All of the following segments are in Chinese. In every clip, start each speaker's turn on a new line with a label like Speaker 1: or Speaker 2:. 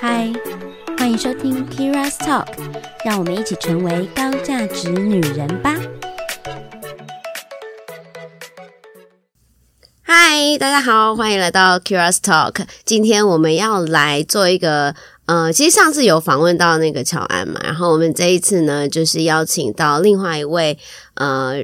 Speaker 1: 嗨，欢迎收听 Kira's Talk，让我们一起成为高价值女人吧。
Speaker 2: 嗨，大家好，欢迎来到 Curious Talk。今天我们要来做一个，呃，其实上次有访问到那个乔安嘛，然后我们这一次呢，就是邀请到另外一位呃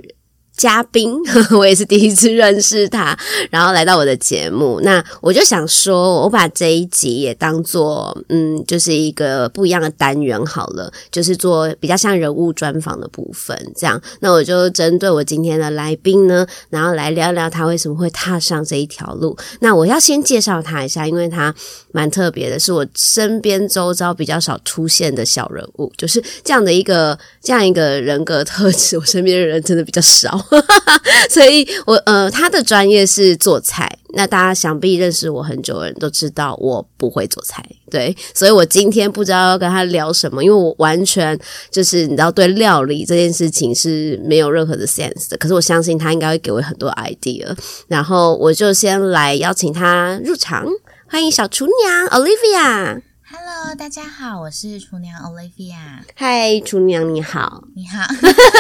Speaker 2: 嘉宾， 我也是第一次认识他，然后来到我的节目。那我就想说，我把这一集也当做，嗯，就是一个不一样的单元好了，就是做比较像人物专访的部分这样。那我就针对我今天的来宾呢，然后来聊聊他为什么会踏上这一条路。那我要先介绍他一下，因为他蛮特别的，是我身边周遭比较少出现的小人物，就是这样的一个这样一个人格特质，我身边的人真的比较少， 所以我呃，他的专业是做菜。那大家想必认识我很久的人都知道我不会做菜，对，所以我今天不知道要跟他聊什么，因为我完全就是你知道对料理这件事情是没有任何的 sense 的，可是我相信他应该会给我很多 idea，然后我就先来邀请他入场，欢迎小厨娘 Olivia。
Speaker 3: Hello，大家好，我是厨娘 Olivia，
Speaker 2: 嗨，厨娘你好，
Speaker 3: 你好，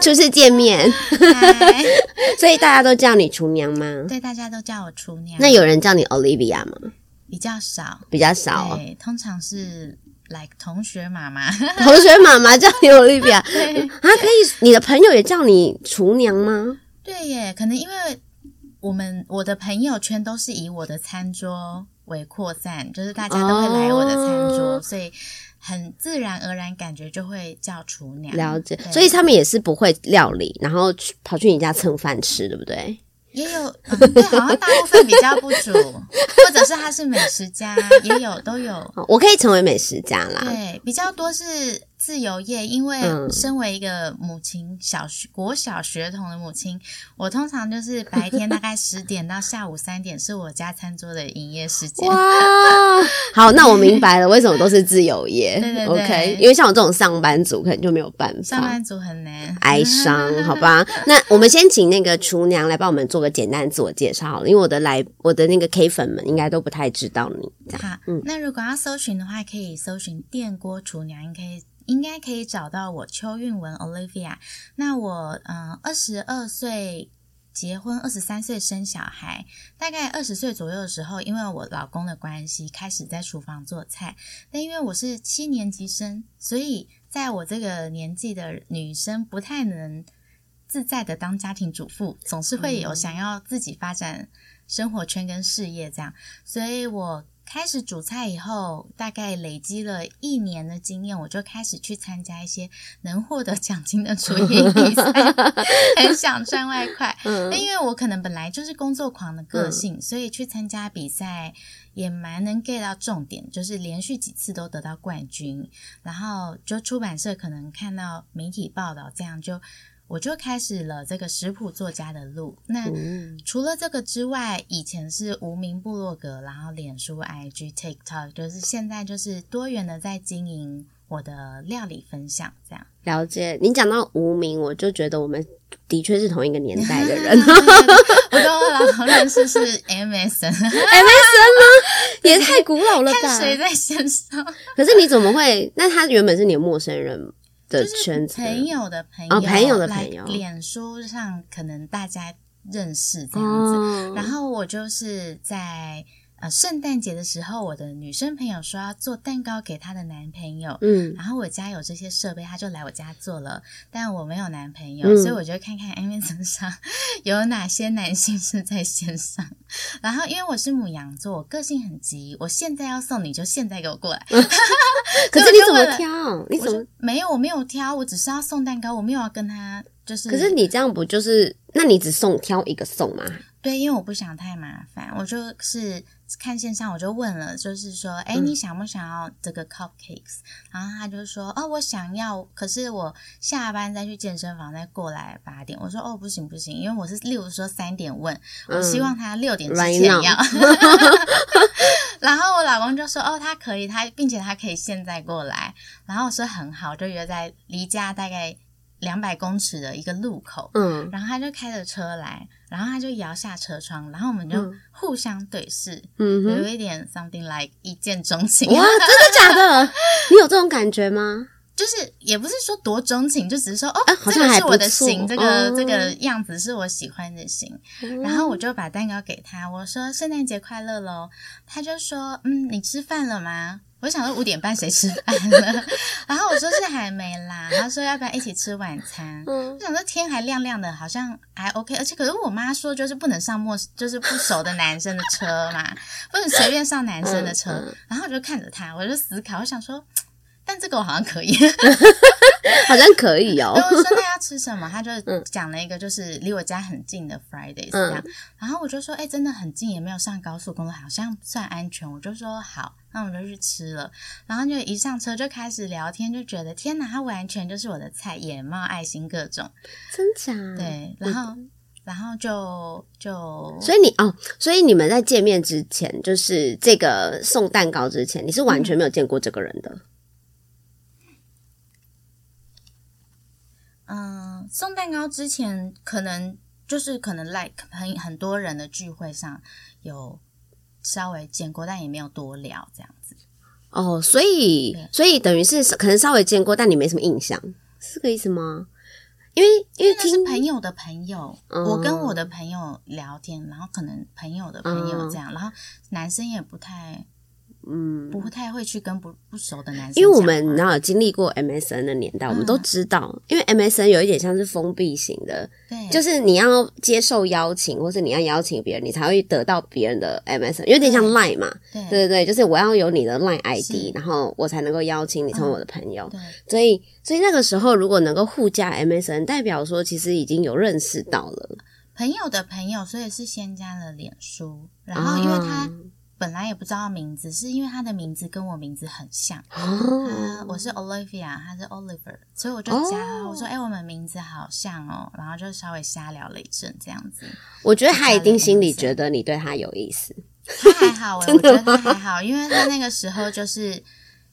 Speaker 2: 初次见面，
Speaker 3: 嗨，
Speaker 2: 所以大家都叫你厨娘吗？
Speaker 3: 对，大家都叫我厨娘，
Speaker 2: 那有人叫你 Olivia 吗？
Speaker 3: 比较少，
Speaker 2: 比较少哦。
Speaker 3: 对，通常是 like 同学妈妈，
Speaker 2: 同学妈妈叫你 Olivia，
Speaker 3: 对
Speaker 2: 啊，可以，你的朋友也叫你厨娘吗？
Speaker 3: 对耶，可能因为我们我的朋友圈都是以我的餐桌为扩散，就是大家都会来我的餐桌，
Speaker 2: 哦
Speaker 3: 所以很自然而然感觉就会叫厨娘，
Speaker 2: 了解，
Speaker 3: 对
Speaker 2: 所以他们也是不会料理，然后去跑去你家蹭饭吃，对不对？
Speaker 3: 也有，嗯，对，好像大部分比较不 煮，或者是他是美食家，也有都有。
Speaker 2: 哦我可以成为美食家啦。
Speaker 3: 对，比较多是自由业，因为
Speaker 2: 嗯
Speaker 3: 身为一个母亲，小学国小学童的母亲，我通常就是白天大概十点到下午三点是我家餐桌的营业时 间。
Speaker 2: 哇，好，那我明白了，为什么都是自由业
Speaker 3: 对对对
Speaker 2: o k 因为像我这种上班族，可能就没有办
Speaker 3: 上
Speaker 2: 法。
Speaker 3: 班族很难，
Speaker 2: 哀伤，好吧？那我们先请那个厨娘来帮我们做个简单的自我介绍好了，因为我的来我的那个 K 粉们应该都不太知道你这样。
Speaker 3: 好，那如果要搜寻的话，可以搜寻“电锅厨娘”，你可以应该可以找到我邱韵文 Olivia。那我嗯，二十二岁结婚，二十三岁生小孩，大概二十岁左右的时候，因为我老公的关系，开始在厨房做菜。但因为我是七年级生，所以在我这个年纪的女生不太能。自在的当家庭主妇，总是会有想要自己发展生活圈跟事业这样，所以我开始煮菜以后，大概累积了一年的经验，我就开始去参加一些能获得奖金的厨艺比 赛，很想赚外快。
Speaker 2: 嗯
Speaker 3: 但因为我可能本来就是工作狂的个性，所以去参加比赛也蛮能 get 到重点，就是连续几次都得到冠军。然后就出版社可能看到媒体报道，这样就我就开始了这个食谱作家的路。那、
Speaker 2: 嗯
Speaker 3: 除了这个之外，以前是无名部落格，然后脸书、IG、TikTok，就是现在就是多元的在经营我的料理分享，这样。
Speaker 2: 了解，你讲到无名，我就觉得我们的确是同一个年代的 人
Speaker 3: 对，对对我跟我老公认识是 MSN，
Speaker 2: 也太古老了吧
Speaker 3: 看？谁在线上，
Speaker 2: 可是你怎么会？那他原本是你的陌生人的圈子，
Speaker 3: 朋友的朋友，
Speaker 2: 哦朋友的朋友
Speaker 3: 来脸书上可能大家认识这样子。
Speaker 2: 哦，
Speaker 3: 然后我就是在呃圣诞节的时候，我的女生朋友说要做蛋糕给她的男朋友，
Speaker 2: 嗯，
Speaker 3: 然后我家有这些设备，他就来我家做了，但我没有男朋友，
Speaker 2: 嗯
Speaker 3: 所以我就看看 M 面身上有哪些男性是在线上。然后因为我是母羊座，我个性很急，我现在要送你就现在给我过来。
Speaker 2: 可是你怎么挑？你
Speaker 3: 我
Speaker 2: 怎么
Speaker 3: 就？没有，我没有挑，我只是要送蛋糕，我没有要跟他就是。
Speaker 2: 可是你这样不就是？那你只送挑一个送吗？
Speaker 3: 对，因为我不想太麻烦，我就是看线上我就问了，就是说，哎，你想不想要这个 cupcakes？、然后他就说，哦，我想要，可是我下班再去健身房再过来八点。我说，哦，不行不行，因为我是例如说三点问，我希望他六点之
Speaker 2: right
Speaker 3: 前
Speaker 2: now
Speaker 3: 要。 然后我老公就说，哦，他可以，他并且他可以现在过来。然后我说很好，就约在离家大概。两百公尺的一个路口，
Speaker 2: 嗯
Speaker 3: 然后他就开着车来，然后他就摇下车窗，然后我们就
Speaker 2: 嗯
Speaker 3: 互相对视，
Speaker 2: 嗯
Speaker 3: 有
Speaker 2: 哼，
Speaker 3: 一点 something like 一见钟情，
Speaker 2: 哇，真的假的？ 你有这种感觉吗？
Speaker 3: 就是也不是说多钟情，就只是说哦，
Speaker 2: 哎好
Speaker 3: 这
Speaker 2: 像
Speaker 3: 个
Speaker 2: 还
Speaker 3: 是
Speaker 2: 不
Speaker 3: 我的
Speaker 2: 错
Speaker 3: 型，这个、
Speaker 2: 哦
Speaker 3: 这个样子是我喜欢的型。
Speaker 2: 嗯
Speaker 3: 然后我就把蛋糕给他，我说圣诞节快乐喽。他就说，嗯，你吃饭了吗？我想说五点半谁吃饭了？ 然后我说是还没啦。他说要不要一起吃晚餐？
Speaker 2: 嗯
Speaker 3: 我，想说天还亮亮的，好像还 OK，而且可是我妈说就是不能上陌就是不熟的男生的车嘛， 不能随便上男生的车。
Speaker 2: 嗯
Speaker 3: 然后我就看着他，我就思考，我想说，但这个我好像 可以。
Speaker 2: 好像可以哦
Speaker 3: 然。后我说那要吃什么，他就
Speaker 2: 嗯
Speaker 3: 讲了一个就是离我家很近的 Fridays 这样，然后我就说，哎、真的很近，也没有上高速公路，好像算安全。我就说好，那我们就去吃了。然后就一上车就开始聊天，就觉得天哪，他完全就是我的菜，眼冒爱心各种。
Speaker 2: 真假？，
Speaker 3: 对，然后然后就就
Speaker 2: 所以你哦，所以你们在见面之前，就是这个送蛋糕之前，你是完全没有见过这个人的。
Speaker 3: 嗯，送蛋糕之前可能就是可能 like 很很多人的聚会上有稍微见过，但也没有多聊这样子。嗯
Speaker 2: 哦，所以
Speaker 3: 对
Speaker 2: 所以等于是可能稍微见过，但你没什么印象，是这个意思吗？因为因
Speaker 3: 因
Speaker 2: 为
Speaker 3: 为那是
Speaker 2: 听
Speaker 3: 朋友的朋友，
Speaker 2: 嗯
Speaker 3: 我跟我的朋友聊天，然后可能朋友的朋友这样，然后男生也不太
Speaker 2: 嗯，
Speaker 3: 不太会去跟不不熟的男生讲话，
Speaker 2: 因为我们你知道有经历过 MSN 的年代，我们都
Speaker 3: 嗯
Speaker 2: 知道，因为 MSN 有一点像是封闭型的，
Speaker 3: 对
Speaker 2: 就是你要接受邀请，或是你要邀请别人，你才会得到别人的 MSN，有点像 Line 嘛。
Speaker 3: 对
Speaker 2: 对对对，就是我要有你的 Line
Speaker 3: 嗯是嗯
Speaker 2: ID，然后我才能够邀请你成为我的朋友。
Speaker 3: 对
Speaker 2: 所以，所以那个时候如果能够互加 MSN，代表说其实已经有认识到了。
Speaker 3: 朋友的朋友，所以是先加了脸书，然后因为他
Speaker 2: 嗯
Speaker 3: 本来也不知道名字，是因为他的名字跟我名字很像。
Speaker 2: 啊哦，
Speaker 3: 他我是 Olivia，他是 Oliver，所以我就加他
Speaker 2: 哦
Speaker 3: 我说哎、我们名字好像哦，然后就稍微瞎聊了一阵这样 子。
Speaker 2: 我觉得他一定心里觉得你对他有意思。
Speaker 3: 他还好、欸，我
Speaker 2: 真
Speaker 3: 觉
Speaker 2: 的
Speaker 3: 得他还好，因为他那个时候就是，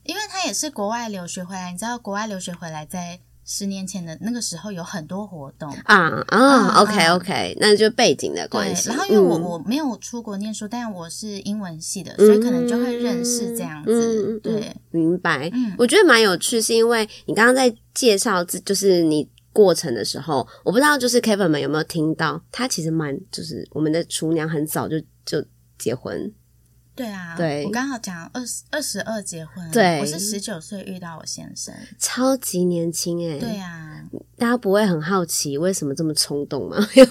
Speaker 3: 因为他也是国外留学回来，你知道国外留学回来在十年前的那个时候有很多活动，
Speaker 2: 啊
Speaker 3: 嗯
Speaker 2: 啊，OK OK，那就背景的
Speaker 3: 对
Speaker 2: 关。系。
Speaker 3: 然后因为我、
Speaker 2: 嗯
Speaker 3: 我没有出国念书，但我是英文系的，所以可能就会认识这样子，
Speaker 2: 嗯嗯嗯
Speaker 3: 对，
Speaker 2: 明白，
Speaker 3: 嗯
Speaker 2: 我觉得蛮有趣，是因为你刚刚在介绍自就是你过程的时候，我不知道就是 Kevin 们有没有听到，他其实蛮就是我们的厨娘很早就就结婚，
Speaker 3: 对啊，
Speaker 2: 对
Speaker 3: 我刚好讲二十二十二结婚，
Speaker 2: 对
Speaker 3: 我是十九岁遇到我先生，
Speaker 2: 超级年轻哎、
Speaker 3: 对啊，
Speaker 2: 大家不会很好奇为什么这么冲动 吗？
Speaker 3: 哎、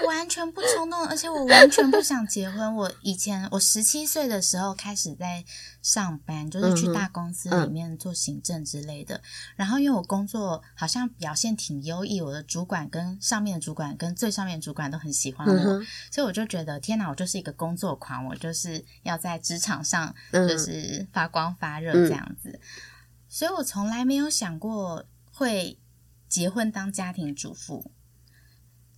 Speaker 3: 我完全不冲动，而且我完全不想结婚。我以前我十七岁的时候开始在上班，就是
Speaker 2: 嗯
Speaker 3: 去大公司里面做行政之类的。然后因为我工作好像表现挺优异，我的主管跟上面的主管跟最上面的主管都很喜欢我，
Speaker 2: 嗯哼，
Speaker 3: 所以我就觉得天哪，我就是一个工作狂，我就是要在职场上
Speaker 2: 嗯
Speaker 3: 就是发光发热这样子。所以我从来没有想过会结婚当家庭主妇。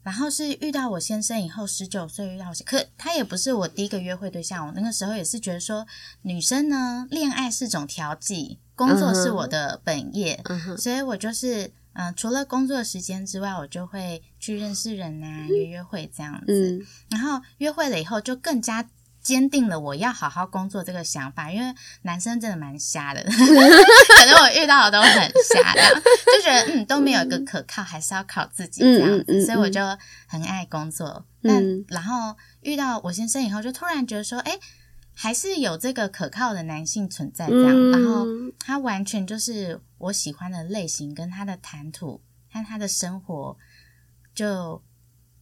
Speaker 3: 然后是遇到我先生以后，十九岁遇到我先，可他也不是我第一个约会对象。我那个时候也是觉得说，女生呢，恋爱是种调剂，工作是我的本业，
Speaker 2: 嗯哼，
Speaker 3: 所以我就是，嗯、除了工作时间之外，我就会去认识人呐、约约会这样子。
Speaker 2: 嗯
Speaker 3: 然后约会了以后，就更加坚定了我要好好工作这个想法，因为男生真的蛮 瞎的， 可能我遇到的都很瞎，然后就觉得嗯都没有一个可靠，还是要靠自己这样子，
Speaker 2: 嗯嗯嗯
Speaker 3: 所以我就很爱工作。但
Speaker 2: 嗯
Speaker 3: 然后遇到我先生以后，就突然觉得说，哎，还是有这个可靠的男性存在这样，
Speaker 2: 嗯
Speaker 3: 然后他完全就是我喜欢的类型，跟他的谈吐和他的生活，就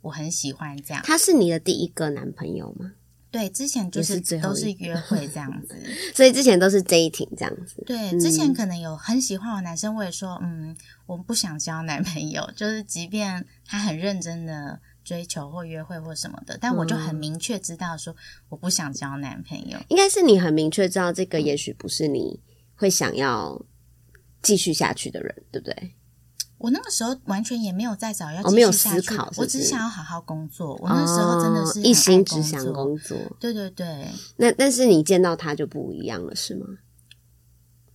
Speaker 3: 我很喜欢这样。
Speaker 2: 他是你的第一个男朋友吗？
Speaker 3: 对，之前就
Speaker 2: 也
Speaker 3: 是
Speaker 2: 是最后
Speaker 3: 都是
Speaker 2: 一
Speaker 3: 约会这样 子。
Speaker 2: 所以之前都是 dating 这样子，
Speaker 3: 对，之前可能有很喜欢我的男生，我也说，嗯，我不想交男朋友，就是即便他很认真的追求或约会或什么的，但我就
Speaker 2: 嗯
Speaker 3: 很明确知道说我不想交男朋友。
Speaker 2: 应该是你很明确知道这个，也许不是你会想要继续下去的人，对不对？
Speaker 3: 我那个时候完全也没有再找要
Speaker 2: 哦
Speaker 3: 继
Speaker 2: 没有
Speaker 3: 续下
Speaker 2: 思
Speaker 3: 去，
Speaker 2: 考是
Speaker 3: 我
Speaker 2: 不
Speaker 3: 只
Speaker 2: 是
Speaker 3: 想要好好工作。我那时候真的是
Speaker 2: 哦
Speaker 3: 很
Speaker 2: 一
Speaker 3: 爱
Speaker 2: 心只想
Speaker 3: 作。
Speaker 2: 工作。
Speaker 3: 对对对，
Speaker 2: 那但是你见到他就不一样了，是吗？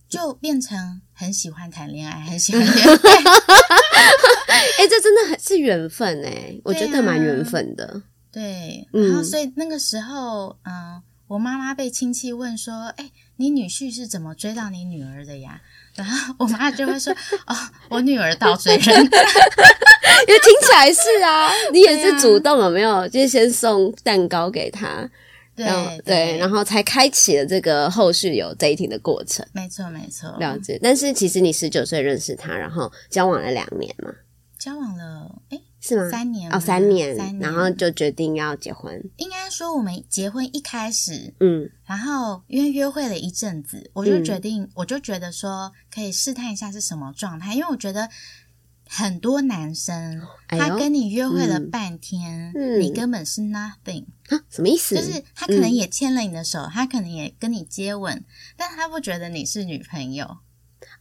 Speaker 3: 就变成很喜欢谈恋爱，很喜欢恋爱。
Speaker 2: 哎、这真的很是缘分哎、我觉
Speaker 3: 对啊
Speaker 2: 得蛮缘分的。
Speaker 3: 对，啊
Speaker 2: 嗯
Speaker 3: 然后所以那个时候，嗯，我妈妈被亲戚问说：“哎、你女婿是怎么追到你女儿的呀？”然后我妈就会说：“哦，我女儿倒追人。
Speaker 2: 因为听起来是 啊，你也
Speaker 3: 对啊
Speaker 2: 是主动有没有？就是先送蛋糕给他，
Speaker 3: 对啊
Speaker 2: 然后”
Speaker 3: 对，
Speaker 2: 然
Speaker 3: 后
Speaker 2: 后才开启了这个后续有 dating 的过程。
Speaker 3: 没错没错，
Speaker 2: 了解，但是其实你十九岁认识他，然后交往了两年嘛，
Speaker 3: 交往了哎、
Speaker 2: 是吗？
Speaker 3: 三年
Speaker 2: 哦，
Speaker 3: 吗
Speaker 2: 三年，
Speaker 3: 三年
Speaker 2: 然后就决定要结婚。
Speaker 3: 应该说我们结婚一开始，
Speaker 2: 嗯，
Speaker 3: 然后因为约会了一阵子，我就
Speaker 2: 嗯
Speaker 3: 决定，我就觉得说可以试探一下是什么状态，因为我觉得很多男生、
Speaker 2: 哎呦
Speaker 3: 他跟你约会了
Speaker 2: 嗯
Speaker 3: 半天，
Speaker 2: 嗯
Speaker 3: 你根本是 nothing，、
Speaker 2: 啊，什么意思？
Speaker 3: 就是他可能
Speaker 2: 嗯
Speaker 3: 也牵了你的手，他可能也跟你接吻，但他不觉得你是女朋友。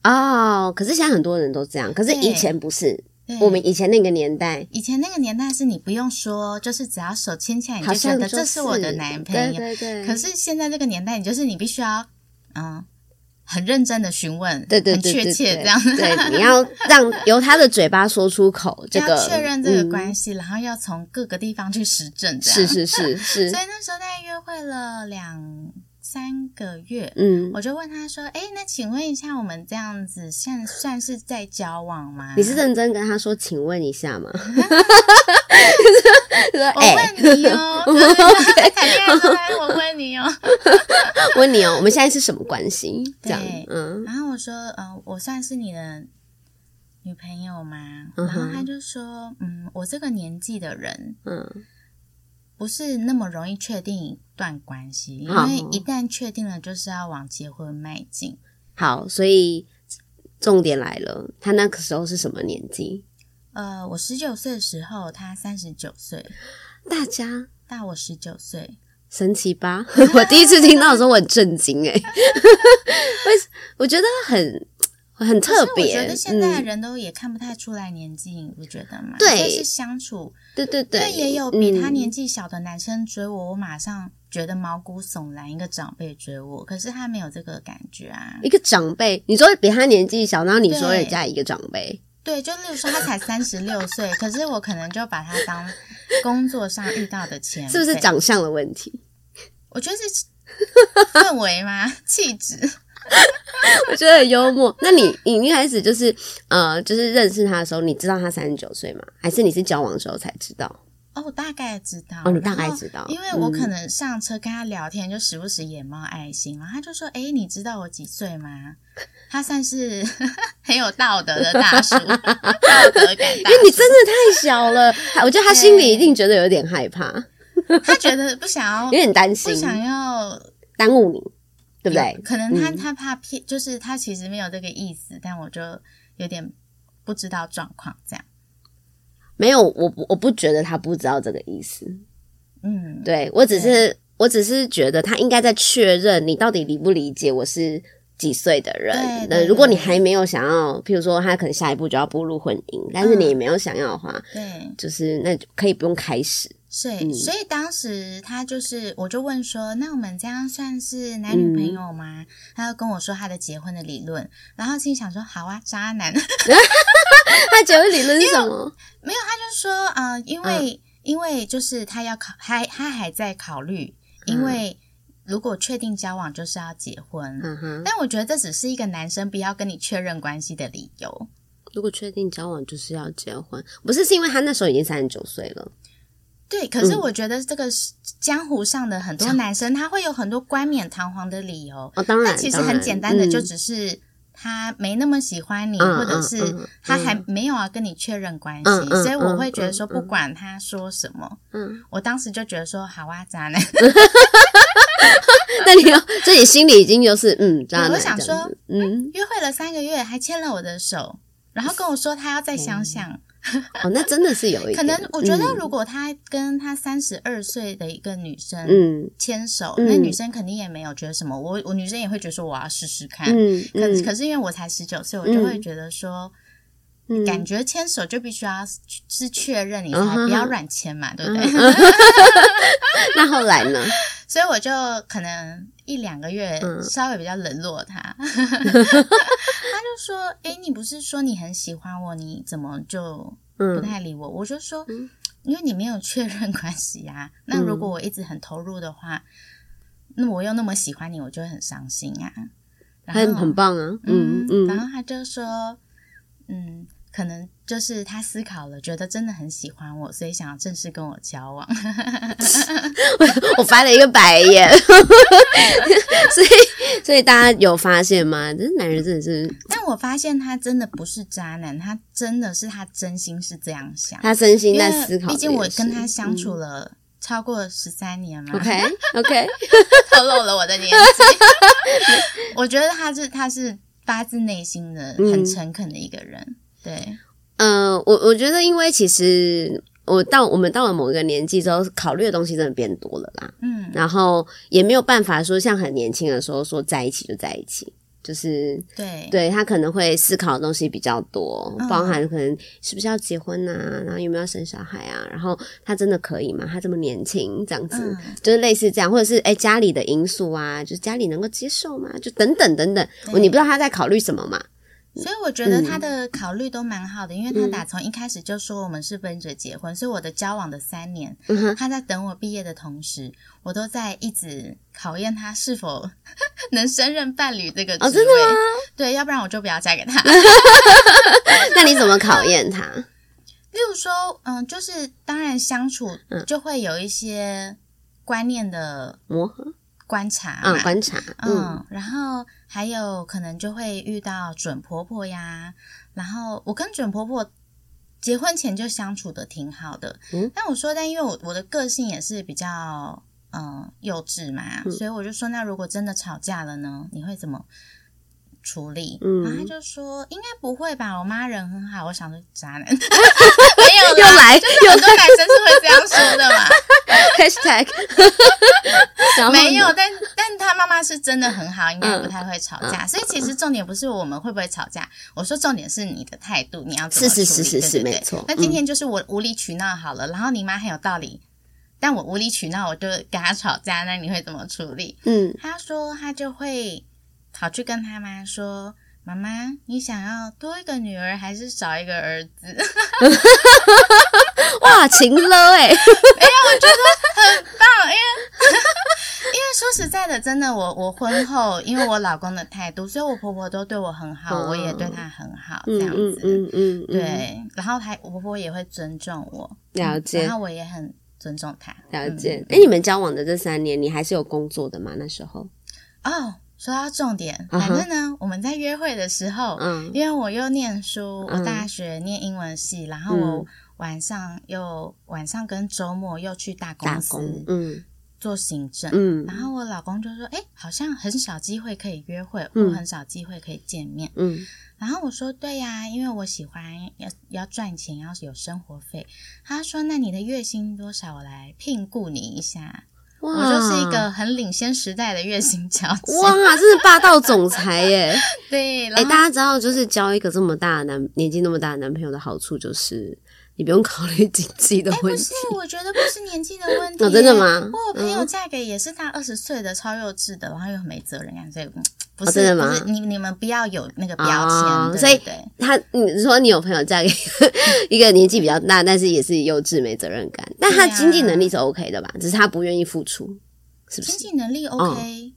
Speaker 2: 哦，可是现在很多人都这样，可是
Speaker 3: 对
Speaker 2: 以前不是，
Speaker 3: 对
Speaker 2: 我们以前那个年代。
Speaker 3: 以前那个年代是你不用说，就是只要手牵起来，你
Speaker 2: 好
Speaker 3: 就觉
Speaker 2: 像
Speaker 3: 得
Speaker 2: 就
Speaker 3: 这是我的男朋友。
Speaker 2: 对对对。
Speaker 3: 可是现在这个年代，你就是你必须要，嗯，很认真的询问，
Speaker 2: 对对对
Speaker 3: 很确
Speaker 2: 对
Speaker 3: 切
Speaker 2: 对
Speaker 3: 这样，
Speaker 2: 对，你要 让由他的嘴巴说出口，这个
Speaker 3: 要确认这个关
Speaker 2: 系、
Speaker 3: 系，然后要从各个地方去实证，这样。
Speaker 2: 是是是是
Speaker 3: 所，以那时候大概约会了两三个月，
Speaker 2: 嗯，
Speaker 3: 我就问他说：“哎，那请问一下，我们这样子算算是在交往吗？”
Speaker 2: 你是认真跟他说，请问一下 吗？说
Speaker 3: 我
Speaker 2: 哎、
Speaker 3: 问你 哦，对对对谈恋爱的时候我问你哦。
Speaker 2: 问你哦，我们现在是什么关系？这样
Speaker 3: 对，
Speaker 2: 嗯，
Speaker 3: 然后我说，呃，我算是你的女朋友吗？
Speaker 2: 嗯
Speaker 3: 然后
Speaker 2: 哼
Speaker 3: 他就说，嗯，我这个年纪的人
Speaker 2: 嗯，
Speaker 3: 不是那么容易确定一段关系，因
Speaker 2: 好
Speaker 3: 为一旦确定了，就是要往结婚迈进。
Speaker 2: 好，所以重点来了，他那个时候是什么年纪？
Speaker 3: 呃，我十九岁的时候，他三十九岁，
Speaker 2: 大家
Speaker 3: 大我十九岁。
Speaker 2: 神奇吧？ 我第一次听到的时候我很震惊哎、为什我觉得很很特
Speaker 3: 可是
Speaker 2: 别，
Speaker 3: 我觉得现在的
Speaker 2: 嗯、
Speaker 3: 人都也看不太出来年纪，你不觉得吗？
Speaker 2: 对
Speaker 3: 就是相处，
Speaker 2: 对对对，
Speaker 3: 因为也有比他
Speaker 2: 嗯
Speaker 3: 年纪小的男生追我，我马上觉得毛骨悚然，一个长辈追我，可是他没有这个感觉啊。
Speaker 2: 一个长辈，你说比他年纪小，然后你说
Speaker 3: 对
Speaker 2: 人家一个长辈，
Speaker 3: 对，就例如说他才三十六岁，可是我可能就把他当工作上遇到的前辈，
Speaker 2: 是不是？长相的问题？
Speaker 3: 我觉得是氛围吗？气质？
Speaker 2: 我觉得很幽默。那你你一开始就是呃，就是认识他的时候，你知道他三十九岁吗？还是你是交往的时候才知道？
Speaker 3: 哦，我大概知道。
Speaker 2: 哦你大概
Speaker 3: 然后
Speaker 2: 知道
Speaker 3: 因为我
Speaker 2: 嗯
Speaker 3: 可能上车跟他聊天，就时不时眼冒爱心，然后他就说：“哎，你知道我几岁吗？”他算是 很有道德的大叔， 道德感大
Speaker 2: 因为你
Speaker 3: 叔。
Speaker 2: 真的太小了， 他我觉得他心里一定觉得有点害怕，
Speaker 3: 他觉得不想要
Speaker 2: 有，点担
Speaker 3: 不
Speaker 2: 心，
Speaker 3: 想要，
Speaker 2: 耽误你，对不对
Speaker 3: 有？可能他
Speaker 2: 嗯
Speaker 3: 他怕骗，就是他其实没有这个意思，但我就有点不知道状况这样。
Speaker 2: 没有，我不我不觉得他不知道这个意思，
Speaker 3: 嗯，
Speaker 2: 对我只是我只是觉得他应该在确认你到底理不理解我是几岁的
Speaker 3: 对
Speaker 2: 人。
Speaker 3: 对
Speaker 2: 那如果你
Speaker 3: 对
Speaker 2: 还没有想要，譬如说他可能下一步就要步入婚姻，但是
Speaker 3: 嗯
Speaker 2: 你也没有想要的话，
Speaker 3: 对，
Speaker 2: 就是那就可以不用开始。
Speaker 3: 所以、
Speaker 2: 嗯
Speaker 3: 所以当时他就是，我就问说，那我们这样算是男女
Speaker 2: 嗯
Speaker 3: 朋友吗？他就跟我说他的结婚的理论，然后心里想说，好啊，渣男， 就
Speaker 2: 他结婚理论是什么？
Speaker 3: 说，呃，
Speaker 2: 嗯
Speaker 3: 因为、因为就是他要考，他他还在考虑，因为如果确定交往就是要结婚。
Speaker 2: 嗯哼，
Speaker 3: 但我觉得这只是一个男生不要跟你确认关系的理由。
Speaker 2: 如果确定交往就是要结婚，不是是因为他那时候已经三十九岁了，
Speaker 3: 对，可
Speaker 2: 嗯
Speaker 3: 是我觉得这个是江湖上的很多男生，他会有很多冠冕堂皇的理由，
Speaker 2: 哦，当
Speaker 3: 那
Speaker 2: 然，
Speaker 3: 其实
Speaker 2: 当然
Speaker 3: 很简单的，
Speaker 2: 嗯
Speaker 3: 就只是他没那么喜欢你，
Speaker 2: 嗯
Speaker 3: 或者
Speaker 2: 嗯
Speaker 3: 是
Speaker 2: 嗯
Speaker 3: 他还没有要跟你确认关系，
Speaker 2: 嗯嗯
Speaker 3: 所以我会觉得说，
Speaker 2: 嗯嗯
Speaker 3: 不管他说什么，
Speaker 2: 嗯，
Speaker 3: 我当时就觉得说，好啊，渣男，
Speaker 2: 那你要 自己心里已经就是嗯，渣男
Speaker 3: 我想
Speaker 2: 这样
Speaker 3: 说
Speaker 2: 子，嗯，
Speaker 3: 约会了三个月，还牵了我的手。然后跟我说他要再想想，
Speaker 2: 哦，那真的是有一点，
Speaker 3: 可能我觉得
Speaker 2: 嗯
Speaker 3: 如果他跟他三十二岁的一个女生
Speaker 2: 嗯
Speaker 3: 牵手，
Speaker 2: 嗯
Speaker 3: 那女生肯定也没有觉得什么，我我女生也会觉得说我要试试看。
Speaker 2: 嗯，
Speaker 3: 可
Speaker 2: 嗯
Speaker 3: 可是因为我才十九岁，我就会觉得说，
Speaker 2: 嗯
Speaker 3: 感觉牵手就必须要是是确认你才
Speaker 2: 嗯哼哼嗯
Speaker 3: 不要乱 牵嘛，对不对？
Speaker 2: 那后来呢？
Speaker 3: 所以我就可能一一两个月
Speaker 2: 嗯
Speaker 3: 稍微比较冷 落他，他就说：“哎、你不是说你很喜欢我，你怎么就不
Speaker 2: 嗯
Speaker 3: 太理我？”我就说：“因为你没有确认关系啊。那如果
Speaker 2: 嗯
Speaker 3: 我一直很投入的话，那我又那么喜欢你，我就会很伤心啊。”然后
Speaker 2: 很很棒啊，嗯
Speaker 3: 嗯，然
Speaker 2: 嗯
Speaker 3: 后他就说，嗯，可能就是他思考了，觉得真的很喜欢我，所以想要正式跟我交往。
Speaker 2: 我翻了一个白眼， 所以所以大家有发现吗？这男人真的是
Speaker 3: 但我发现他真的不是渣男，他真的是他真心是这样想，
Speaker 2: 他真心
Speaker 3: 因
Speaker 2: 在
Speaker 3: 为
Speaker 2: 思考这件事，
Speaker 3: 毕竟我跟他啊相处了超过十三年嘛
Speaker 2: 嗯 OK OK，
Speaker 3: 透露了我的年纪。 我觉得他是他是发自内心的、
Speaker 2: 嗯
Speaker 3: 很诚恳的一个人。对，
Speaker 2: 嗯，我我觉得因为其实我到我们到了某一个年纪之后，考虑的东西真的变多了啦。
Speaker 3: 嗯，
Speaker 2: 然后也没有办法说像很年轻的时候说在一起就在一起，就是
Speaker 3: 对，
Speaker 2: 对他可能会思考的东西比较多
Speaker 3: 嗯，
Speaker 2: 包含可能是不是要结婚啊，然后有没有要生小孩啊，然后他真的可以吗？他这么年轻这样子，
Speaker 3: 嗯
Speaker 2: 就是类似这样，或者是哎、家里的因素啊，就是家里能够接受吗？就等等等等，
Speaker 3: 对
Speaker 2: 我你不知道他在考虑什么嘛？
Speaker 3: 所以我觉得他
Speaker 2: 嗯
Speaker 3: 的考虑都蛮好的，因为他打从一开始就说我们是奔着结婚，所以我的交往的三年，
Speaker 2: 嗯哼，
Speaker 3: 他在等我毕业的同时，我都在一直考验他是否 能胜任伴侣这个职位。
Speaker 2: 哦真的吗 嗯
Speaker 3: 对，要不然我就不要嫁给他。
Speaker 2: 那你怎么考验他？
Speaker 3: 例如说，嗯，就是当然相处
Speaker 2: 嗯
Speaker 3: 就会有一些观念的
Speaker 2: 磨合
Speaker 3: 观察嘛，
Speaker 2: 啊，观察，嗯
Speaker 3: 嗯，然后还有可能就会遇到准婆婆呀。然后我跟准婆婆结婚前就相处的挺好的，
Speaker 2: 嗯
Speaker 3: 但我说，但因为我我的个性也是比较嗯、呃幼稚嘛，
Speaker 2: 嗯
Speaker 3: 所以我就说，那如果真的吵架了呢，你会怎么？处理，
Speaker 2: 嗯
Speaker 3: 然后他就说应该不会吧，我妈人很好。我想说渣 男没有
Speaker 2: 又
Speaker 3: 啦，
Speaker 2: 来
Speaker 3: 就是很多男生是会这样说的嘛。
Speaker 2: 嗯 ，#hashtag，然后呢嗯
Speaker 3: 没有，但但他妈妈是真的很好，应该不太会吵架。所以其实重点不是我们会不会吵架，我说重点是你的态度，你要怎么
Speaker 2: 是是
Speaker 3: 处理
Speaker 2: 是是是
Speaker 3: 对对对
Speaker 2: 没错嗯
Speaker 3: 那今天就是我无理取闹好了，然后你妈很有道理，但我无理取闹，我就跟她吵架，那你会怎么处理？
Speaker 2: 嗯，
Speaker 3: 她说她就会跑去跟她妈说。妈妈，你想要多一个女儿还是少一个儿子？
Speaker 2: 哇，情了哎、
Speaker 3: 因为说实在的，真的，我我婚后，因为我老公的 态度，所以我婆婆都对我很好，
Speaker 2: 嗯
Speaker 3: 我也对她很好，
Speaker 2: 嗯
Speaker 3: 这样
Speaker 2: 嗯
Speaker 3: 子。
Speaker 2: 嗯嗯，嗯，
Speaker 3: 对，然后她我婆婆也会尊重我，
Speaker 2: 了解
Speaker 3: 然后我也很尊重她。
Speaker 2: 了解
Speaker 3: 嗯。
Speaker 2: 哎、你们交往的这三年，你还是有工作的吗？那时候，
Speaker 3: 哦，说到重点，
Speaker 2: 嗯
Speaker 3: 反
Speaker 2: 哼
Speaker 3: 正呢，我们在约会的时候，
Speaker 2: 嗯
Speaker 3: 因为我又念书，
Speaker 2: 嗯
Speaker 3: 我大学念英文系，然后
Speaker 2: 嗯
Speaker 3: 我晚上又晚上跟周末又去大
Speaker 2: 打
Speaker 3: 公
Speaker 2: 工
Speaker 3: 司，
Speaker 2: 嗯
Speaker 3: 做行政，
Speaker 2: 嗯
Speaker 3: 然后我老公就说：“哎、好像很少机会可以约会，
Speaker 2: 嗯
Speaker 3: 或很少机会可以见面。
Speaker 2: 嗯
Speaker 3: 然后我说：“对呀、因为我喜欢要要赚钱，要有生活费。”他说：“那你的月薪多少？我来聘雇你一下。”
Speaker 2: 哇，
Speaker 3: 我就是一个很领先时代的月薪小姐。
Speaker 2: 哇，真是霸道总裁耶！
Speaker 3: 对，然
Speaker 2: 哎、
Speaker 3: 后、
Speaker 2: 大家知道，就是交一个这么大的男年纪那么大的男朋友的好处，就是你不用考虑经济的问
Speaker 3: 不
Speaker 2: 题
Speaker 3: 是。，我觉得不是年纪的问题、
Speaker 2: 哦，真的？吗？
Speaker 3: 我有朋友
Speaker 2: 嗯
Speaker 3: 嫁给也是大二十岁的，超幼稚的，然后又很没责任感，所以嗯不
Speaker 2: 哦
Speaker 3: 是、
Speaker 2: 真的吗
Speaker 3: 不是你你们不要有那个标签，
Speaker 2: 哦
Speaker 3: 对
Speaker 2: 所以
Speaker 3: 对对
Speaker 2: 他，你说你有朋友嫁给一个年纪比较大，但是也是幼稚没责任感，但他
Speaker 3: 对啊
Speaker 2: 经济能力是 OK 的吧？只是他不愿意付出，是不嗯
Speaker 3: 经
Speaker 2: 是？
Speaker 3: 济能力 OK，、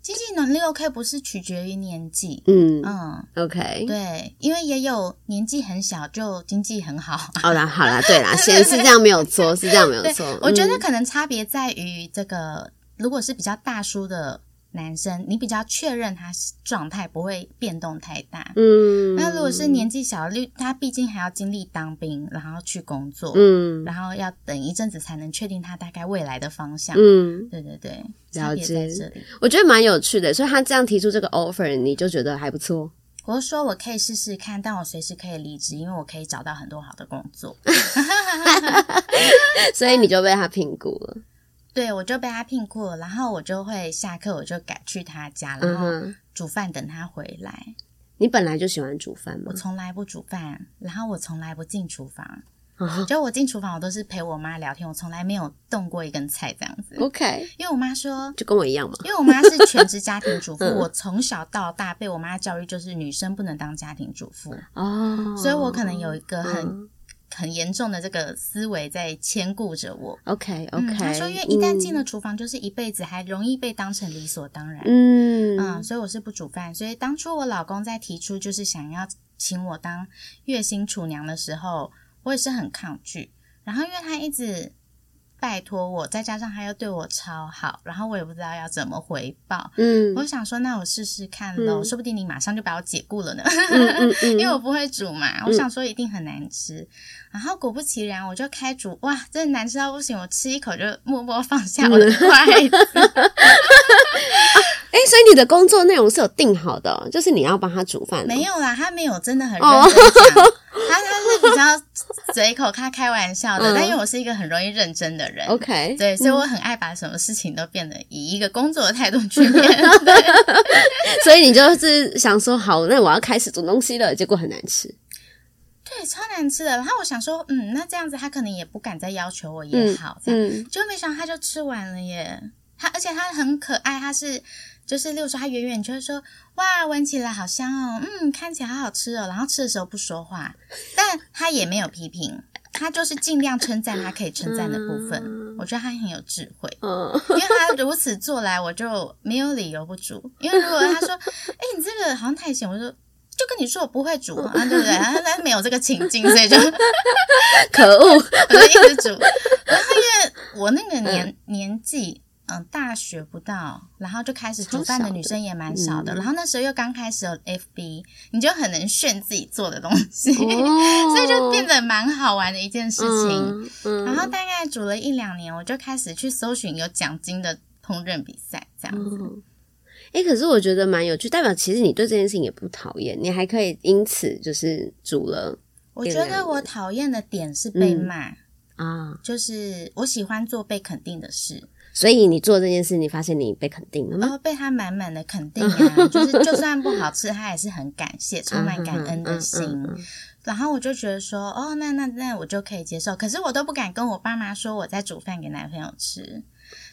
Speaker 3: 经济能力 OK 不是取决于年纪，
Speaker 2: 嗯
Speaker 3: 嗯，
Speaker 2: ，OK。
Speaker 3: 对，因为也有年纪很小就经济很好。
Speaker 2: 哦啦，好啦， 对啦，先是这样没有错，是这样没有
Speaker 3: 对
Speaker 2: 错。，
Speaker 3: 我觉
Speaker 2: 嗯
Speaker 3: 得可能差别在于这个，如果是比较大叔的男生，你比较确认他状态不会变动太大。
Speaker 2: 嗯，
Speaker 3: 那如果是年纪小，例他毕竟还要经历当兵，然后去工作，
Speaker 2: 嗯
Speaker 3: 然后要等一阵子才能确定他大概未来的方向。
Speaker 2: 嗯，
Speaker 3: 对对对，
Speaker 2: 了
Speaker 3: 差别在
Speaker 2: 解
Speaker 3: 这里。
Speaker 2: 我觉得蛮有趣的，所以他这样提出这个 offer，你就觉得还不错。
Speaker 3: 我就说我可以试试看，但我随时可以离职，因为我可以找到很多好的工作。
Speaker 2: 所以你就被他评估了。
Speaker 3: 对，我就被他聘过，然后我就会下课我就赶去他家，然
Speaker 2: 嗯
Speaker 3: 后
Speaker 2: 哼，
Speaker 3: 煮饭等他回来。
Speaker 2: 你本来就喜欢煮饭吗
Speaker 3: 我？从来不煮饭，然后我从来不进厨房，就我进厨房，我都是陪我妈聊天，我从来没有动过一根菜这样子。
Speaker 2: OK，
Speaker 3: 因为我妈说，
Speaker 2: 就跟我一样嘛。
Speaker 3: 因为我妈是全职家庭主妇，
Speaker 2: 嗯
Speaker 3: 我从小到大被我妈教育就是女生不能当家庭主妇，
Speaker 2: 哦，
Speaker 3: 所以我可能有一个很、
Speaker 2: 嗯
Speaker 3: 很严重的这个思维在牵顾着我。
Speaker 2: OK
Speaker 3: 嗯
Speaker 2: OK，
Speaker 3: 她说因为一旦进了厨房，就是一辈子，还容易被当成理所当然。
Speaker 2: 嗯，
Speaker 3: 嗯，
Speaker 2: 嗯
Speaker 3: 所以我是不煮饭。所以当初我老公在提出就是想要请我当月薪厨娘的时候，我也是很抗拒。然后因为他一直拜托我，再加上他又对我超好，然后我也不知道要怎么回报。
Speaker 2: 嗯
Speaker 3: 我想说，那我试试看喽，
Speaker 2: 嗯
Speaker 3: 说不定你马上就把我解雇了呢。
Speaker 2: 嗯嗯，
Speaker 3: 因为我不会煮嘛，我想说一定很难吃，然后果不其然，我就开煮，哇，真的难吃到不行，我吃一口就默默放下我的
Speaker 2: 嗯
Speaker 3: 筷子，
Speaker 2: 哎，所以你的工作内容是有定好的哦，就是你要帮他煮饭哦，
Speaker 3: 没有啦，他没有真的很认
Speaker 2: 哦
Speaker 3: 真讲，他他是比较随口，他开玩笑的。
Speaker 2: 嗯
Speaker 3: 但因为我是一个很容易认真的人，
Speaker 2: OK，嗯
Speaker 3: 对，所以我很爱把什么事情都变得以一个工作的态度去面 对。
Speaker 2: 所以你就是想说，好，那我要开始煮东西了，结果很难吃。
Speaker 3: 对，超难吃的。然后我想说，嗯，那这样子他可能也不敢再要求我也
Speaker 2: 嗯
Speaker 3: 好，这样。
Speaker 2: 嗯
Speaker 3: 就没想到他就吃完了耶，他而且他很可爱，他是。就是，例如说，他远远就会说：“哇，闻起来好香哦，嗯，看起来好好吃哦。”然后吃的时候不说话，但他也没有批评，他就是尽量称赞他可以称赞的部分。
Speaker 2: 嗯
Speaker 3: 我觉得他很有智慧，
Speaker 2: 嗯，
Speaker 3: 因为他如此做来，我就没有理由不煮。因为如果他说：“哎、你这个好像太咸”，我就说就跟你说我不会煮啊，对不对？然后他没有这个情境，所以就
Speaker 2: 可恶。
Speaker 3: 我就一直煮。 然后因为我那个年、年纪，嗯，大学不到，然后就开始煮饭的女生也蛮少
Speaker 2: 嗯
Speaker 3: 的。然后那时候又刚开始有 FB，你就很能炫自己做的东西，
Speaker 2: 哦
Speaker 3: 所以就变得蛮好玩的一件事情。。
Speaker 2: 嗯
Speaker 3: 然后大概煮了一两年，我就开始去搜寻有奖金的烹饪比赛，这样子。
Speaker 2: 嗯，哎、可是我觉得蛮有趣，代表其实你对这件事情也不讨厌，你还可以因此就是煮了
Speaker 3: 我觉
Speaker 2: 原来
Speaker 3: 得我讨厌的点是被
Speaker 2: 嗯
Speaker 3: 骂，
Speaker 2: 啊。
Speaker 3: 就是我喜欢做被肯定的事。
Speaker 2: 所以你做这件事，你发现你被肯定了
Speaker 3: 然
Speaker 2: 吗？
Speaker 3: 后哦被他满满的肯定啊，就是就算不好吃，他也是很感谢，充满感恩的心。
Speaker 2: 嗯嗯嗯嗯
Speaker 3: 然后我就觉得说，哦，那那那我就可以接受。可是我都不敢跟我爸妈说我在煮饭给男朋友吃，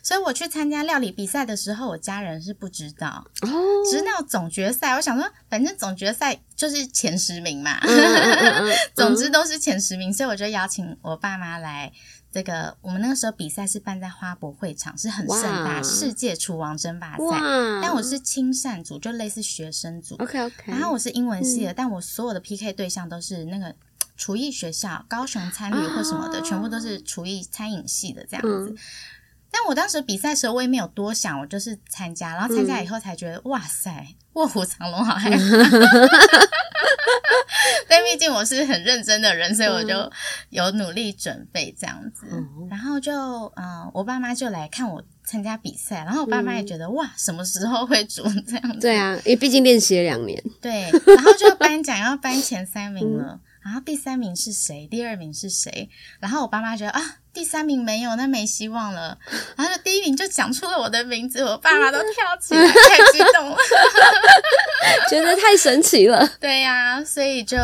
Speaker 3: 所以我去参加料理比赛的时候，我家人是不知道，
Speaker 2: 哦，
Speaker 3: 直到总决赛，我想说，反正总决赛就是前十名嘛，
Speaker 2: 嗯嗯嗯嗯
Speaker 3: 总之都是前十名，所以我就邀请我爸妈来。这个我们那个时候比赛是办在花博会场，是很盛大
Speaker 2: 哇
Speaker 3: 世界厨王争霸赛。
Speaker 2: 哇，
Speaker 3: 但我是亲善组，就类似学生组。
Speaker 2: OK 嗯 OK，
Speaker 3: 然后我是英文系的，但我所有的 PK 对象都是那个厨艺学校、高雄餐旅或什么的，
Speaker 2: 啊
Speaker 3: 全部都是厨艺餐饮系的这样子。
Speaker 2: 嗯
Speaker 3: 但我当时比赛的时候，我也没有多想，我就是参加，然后参
Speaker 2: 嗯
Speaker 3: 加以后才觉得，哇塞，卧虎 藏龙好害怕。但毕竟我是很认真的人，所以我就有努力准备这样子。
Speaker 2: 嗯
Speaker 3: 然后就嗯、呃我爸妈就来看我参加比赛，然后我爸妈也觉得、哇，什么时候会煮这样子？
Speaker 2: 嗯对啊，因为毕竟练习了两年，
Speaker 3: 对，然后就颁奖要颁前三
Speaker 2: 嗯
Speaker 3: 名了，然后第三名是谁？第二名是谁？然后我爸妈觉得啊，第三名没有，那没希望了。然后就第一名就讲出了我的名字，我爸妈都跳起来，太激动了。
Speaker 2: 觉得太神奇了。
Speaker 3: 对呀、所以就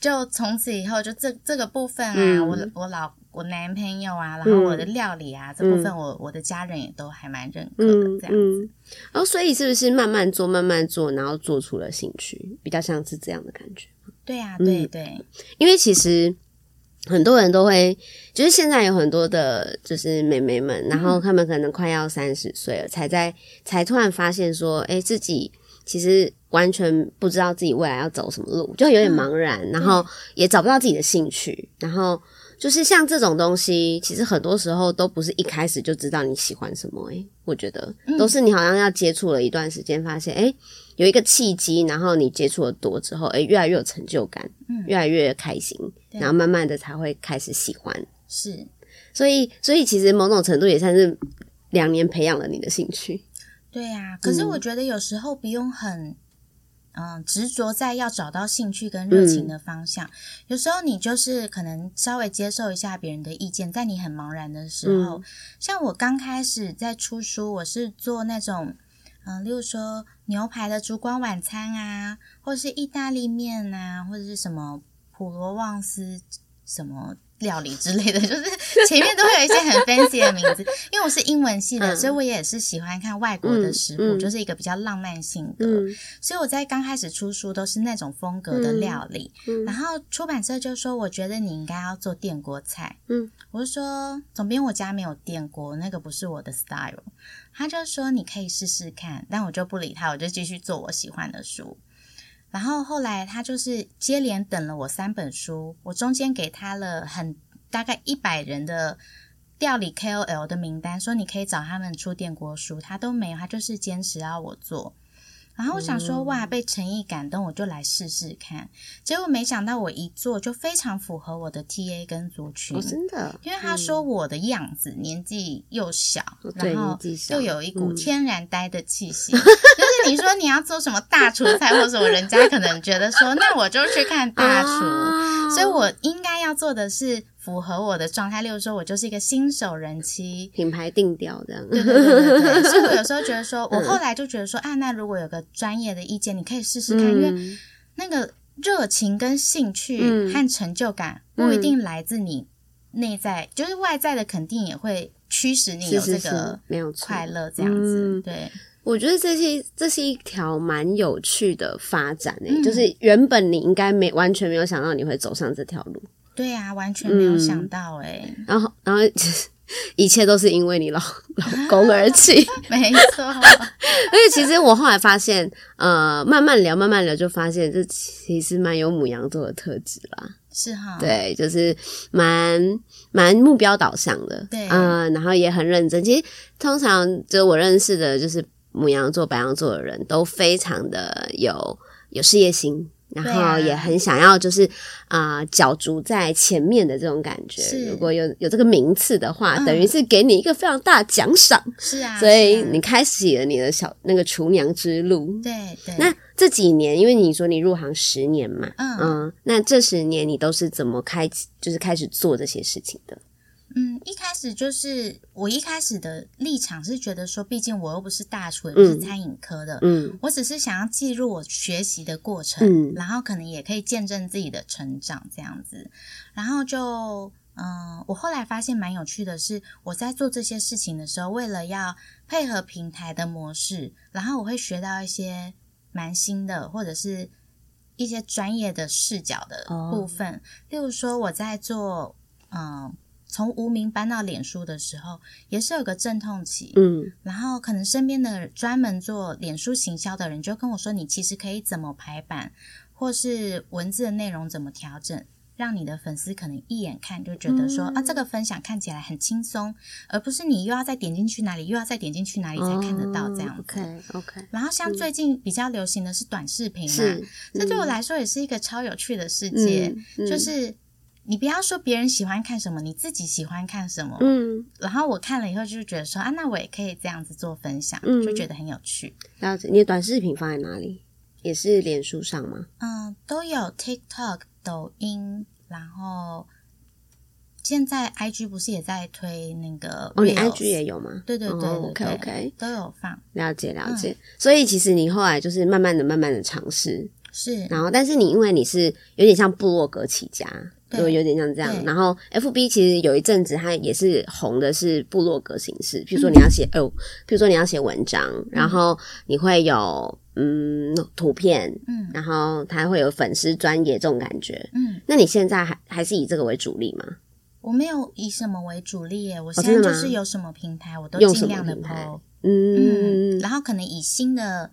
Speaker 3: 就从此以后，就这这个部分啊，
Speaker 2: 嗯
Speaker 3: 我我老我男朋友啊，然后我的料理啊、这部分我，我的家人也都还蛮认可的，这样。
Speaker 2: 嗯，哦，所以是不是慢慢做，慢慢做，然后做出了兴趣，比较像是这样的感觉？
Speaker 3: 对呀、
Speaker 2: 嗯
Speaker 3: 对对，
Speaker 2: 因为其实很多人都会，就是现在有很多的，就是妹妹们，然后她们可能快要三十岁了，才在才突然发现说，哎、自己其实完全不知道自己未来要走什么路，就有点茫然，然后也找不到自己的兴趣，然后。就是像这种东西，其实很多时候都不是一开始就知道你喜欢什么、诶、我觉得都是你好像要接触了一段时间，发现诶、有一个契机，然后你接触的多之后，诶、越来越有成就感，
Speaker 3: 嗯
Speaker 2: 越来越开心，
Speaker 3: 对
Speaker 2: 然后慢慢的才会开始喜欢。
Speaker 3: 是。
Speaker 2: 所以，所以其实某种程度也算是两年培养了你的兴趣。
Speaker 3: 对呀、可是
Speaker 2: 嗯
Speaker 3: 我觉得有时候不用很，嗯、执着在要找到兴趣跟热情的方向。有时候你就是可能稍微接受一下别人的意见，在你很茫然的时候，像我刚开始在出书，我是做那种。嗯，例如说牛排的烛光晚餐啊，或是意大利面啊，或者是什么普罗旺斯什么料理之类的， 就是前面都会有一些很 fancy 的名字。因为我是英文系的，
Speaker 2: 嗯
Speaker 3: 所以我也是喜欢看外国的食谱，
Speaker 2: 嗯嗯
Speaker 3: 就是一个比较浪漫性格。
Speaker 2: 嗯
Speaker 3: 所以我在刚开始出书都是那种风格的料理，
Speaker 2: 嗯
Speaker 3: 然后出版社就说我觉得你应该要做电锅菜，
Speaker 2: 嗯，
Speaker 3: 我就说总编我家没有电锅，那个不是我的 style，他就说你可以试试看，但我就不理他，我就继续做我喜欢的书。然后后来他就是接连等了我三本书，我中间给他了很大概一百人的调理 KOL 的名单，说你可以找他们出电锅书，他都没有，他就是坚持要我做。然后我想说，
Speaker 2: 嗯
Speaker 3: 哇，被诚意感动，我就来试试看。结果没想到我一做就非常符合我的 TA 跟族群，
Speaker 2: 哦，真的，嗯
Speaker 3: 因为他说我的样子、年纪又小，
Speaker 2: 哦对
Speaker 3: 然后
Speaker 2: 年纪小
Speaker 3: 又有一股
Speaker 2: 嗯
Speaker 3: 天然呆的气息。 就是你说你要做什么大厨菜 或什么，人家可能觉得说，那我就去看大厨。
Speaker 2: 啊
Speaker 3: 所以我应该要做的是符合我的状态，例如说，我就是一个新手人妻。
Speaker 2: 品牌定调这样，
Speaker 3: 对对对对对，所以我有时候觉得说，
Speaker 2: 嗯
Speaker 3: 我后来就觉得说，啊，那如果有个专业的意见，你可以试试看，因为
Speaker 2: 嗯
Speaker 3: 那个热情跟兴趣
Speaker 2: 嗯
Speaker 3: 和成就感不一定来自你内在，就是外在的肯定也会驱使你有
Speaker 2: 是
Speaker 3: 这
Speaker 2: 是是
Speaker 3: 个
Speaker 2: 没有错
Speaker 3: 快乐这样子。
Speaker 2: 嗯
Speaker 3: 对，
Speaker 2: 我觉得这些这是一条蛮有趣的发展诶、
Speaker 3: 嗯
Speaker 2: 就是原本你应该没完全没有想到你会走上这条路，
Speaker 3: 对啊，完全没有
Speaker 2: 嗯
Speaker 3: 想到哎、
Speaker 2: 然后然后 一切都是因为你老老公而起。
Speaker 3: 没错，
Speaker 2: 而且其实我后来发现，呃，慢慢聊慢慢聊就发现这其实蛮有母羊座的特质啦，
Speaker 3: 是哈，
Speaker 2: 对，就是蛮蛮目标导向的，
Speaker 3: 对
Speaker 2: 嗯、然后也很认真。其实通常就我认识的，就是母羊座、白羊座的人都非常的有有事业心。然
Speaker 3: 对啊
Speaker 2: 后也很想要，就是啊、呃角逐在前面的这种感觉。
Speaker 3: 是
Speaker 2: 如果有有这个名次的话，
Speaker 3: 嗯
Speaker 2: 等于是给你一个非常大的奖赏，
Speaker 3: 是啊，
Speaker 2: 所以
Speaker 3: 是啊
Speaker 2: 你开启了你的小那个厨娘之路。
Speaker 3: 对对，
Speaker 2: 那这几年，因为你说你入行十年嘛，
Speaker 3: 嗯
Speaker 2: 嗯，那这十年你都是怎么开启，就是开始做这些事情的？
Speaker 3: 嗯，一开始就是我一开始的立场是觉得说，毕竟我又不是大厨，也不是
Speaker 2: 嗯
Speaker 3: 餐饮科的，
Speaker 2: 嗯
Speaker 3: 我只是想要记录我学习的过程，
Speaker 2: 嗯
Speaker 3: 然后可能也可以见证自己的成长这样子。然后就，嗯，我后来发现蛮有趣的是，我在做这些事情的时候，为了要配合平台的模式，然后我会学到一些蛮新的，或者是一些专业的视角的
Speaker 2: 哦
Speaker 3: 部分。例如说，我在做，嗯，从无名搬到脸书的时候，也是有个阵痛期，
Speaker 2: 嗯
Speaker 3: 然后可能身边的专门做脸书行销的人就跟我说，你其实可以怎么排版，或是文字的内容怎么调整，让你的粉丝可能一眼看就觉得说、啊，这个分享看起来很轻松，而不是你又要再点进去哪里，又要再点进去哪里才看得到
Speaker 2: 哦
Speaker 3: 这样子。
Speaker 2: OK OK，
Speaker 3: 然后像最近比较流行的是短视频嘛，
Speaker 2: 是，
Speaker 3: 这对
Speaker 2: 嗯
Speaker 3: 我来说也是一个超有趣的世界，
Speaker 2: 嗯
Speaker 3: 就
Speaker 2: 嗯
Speaker 3: 是你不要说别人喜欢看什么，你自己喜欢看什么，
Speaker 2: 嗯，
Speaker 3: 然后我看了以后就觉得说啊，那我也可以这样子做分享，
Speaker 2: 嗯
Speaker 3: 就觉得很有趣。
Speaker 2: 了解。你的短视频放在哪里？也是脸书上吗？
Speaker 3: 嗯，都有 TikTok、抖音，然后现在 IG 不是也在推那个 Reels,
Speaker 2: 哦，你 IG 也有吗？
Speaker 3: 对对对对对嗯
Speaker 2: o k OK，
Speaker 3: 都有放，
Speaker 2: 了解了解。所以其实你后来就是慢慢的、慢慢的尝试，
Speaker 3: 是
Speaker 2: 然后，但是你因为你是有点像部落格起家，
Speaker 3: 对
Speaker 2: 就有点像这样
Speaker 3: 对。
Speaker 2: 然后，F B 其实有一阵子它也是红的是部落格形式，譬如
Speaker 3: 嗯
Speaker 2: 说你要写、哦，譬如说你要写文章，然后你会有嗯图片，
Speaker 3: 嗯
Speaker 2: 然后它会有粉丝专业这种感觉。
Speaker 3: 嗯，
Speaker 2: 那你现在还还是以这个为主力吗？
Speaker 3: 我没有以什么为主力耶，我现
Speaker 2: 哦真
Speaker 3: 在
Speaker 2: 的
Speaker 3: 就
Speaker 2: 吗
Speaker 3: 是有什么平台我都
Speaker 2: 用
Speaker 3: 尽
Speaker 2: 什么
Speaker 3: 量的
Speaker 2: 平台
Speaker 3: PO，嗯，
Speaker 2: 嗯，
Speaker 3: 然后可能以新的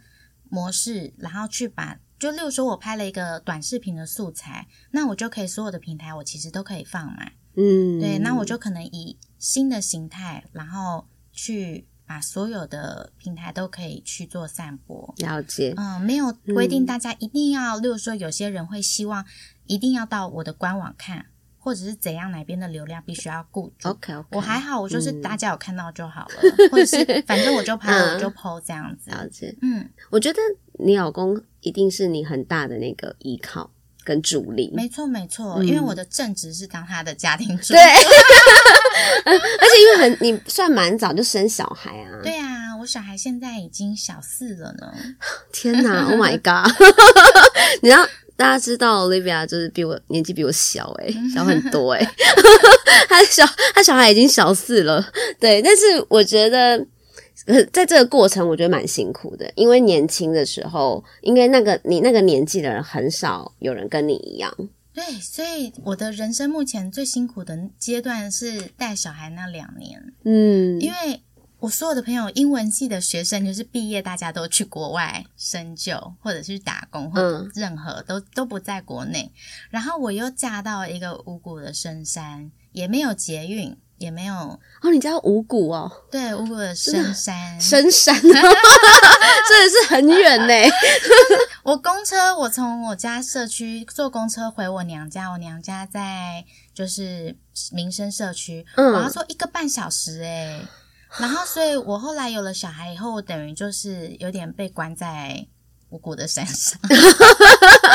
Speaker 3: 模式，然后去把。就例如说，我拍了一个短视频的素材，那我就可以所有的平台我其实都可以放嘛。
Speaker 2: 嗯，
Speaker 3: 对，那我就可能以新的形态，然后去把所有的平台都可以去做散播。
Speaker 2: 了解。
Speaker 3: 嗯，没有规定大家一定要，例如说，有些人会希望一定要到我的官网看，或者是怎样哪边的流量必须要顾住。
Speaker 2: OK OK，
Speaker 3: 我还好，我就是
Speaker 2: 哦嗯
Speaker 3: 大家有看到就好了， 或者是反正我就拍了我就 PO 这样子。
Speaker 2: 嗯了解。
Speaker 3: 嗯，
Speaker 2: 我觉得你老公一定是你很大的那个依靠跟主力。
Speaker 3: 没错没错，
Speaker 2: 嗯
Speaker 3: 因为我的正职是当他的家庭 主
Speaker 2: 对，而且因为很你算蛮早就生小孩啊，
Speaker 3: 对啊，我小孩现在已经小四了呢。
Speaker 2: 天哪，Oh my god！你知道大家知道 Olivia 就是比我年纪比我小 诶、小很多诶、 她小她小孩已经小四了，对，但是我觉得。呃在这个过程，我觉得蛮辛苦的，因为年轻的时候，因为那个你那个年纪的人很少有人跟你一样，
Speaker 3: 对，所以我的人生目前最辛苦的阶段是带小孩那两年，
Speaker 2: 嗯，
Speaker 3: 因为我所有的朋友，英文系的学生，就是毕业大家都去国外深究，或者是打工，或者
Speaker 2: 嗯
Speaker 3: 任何都都不在国内。然后我又嫁到一个五谷的深山，也没有捷运，也没有
Speaker 2: 哦，你家五谷 哦，
Speaker 3: 对五谷的深山。
Speaker 2: 深山、哦，真 的是很远欸 呢。
Speaker 3: 我公车，我从我家社区坐公车回我娘家，我娘家在就是民生社区，
Speaker 2: 嗯
Speaker 3: 我要坐一个半小时哎、然后所以我后来有了小孩以后，我等于就是有点被关在五谷的山上。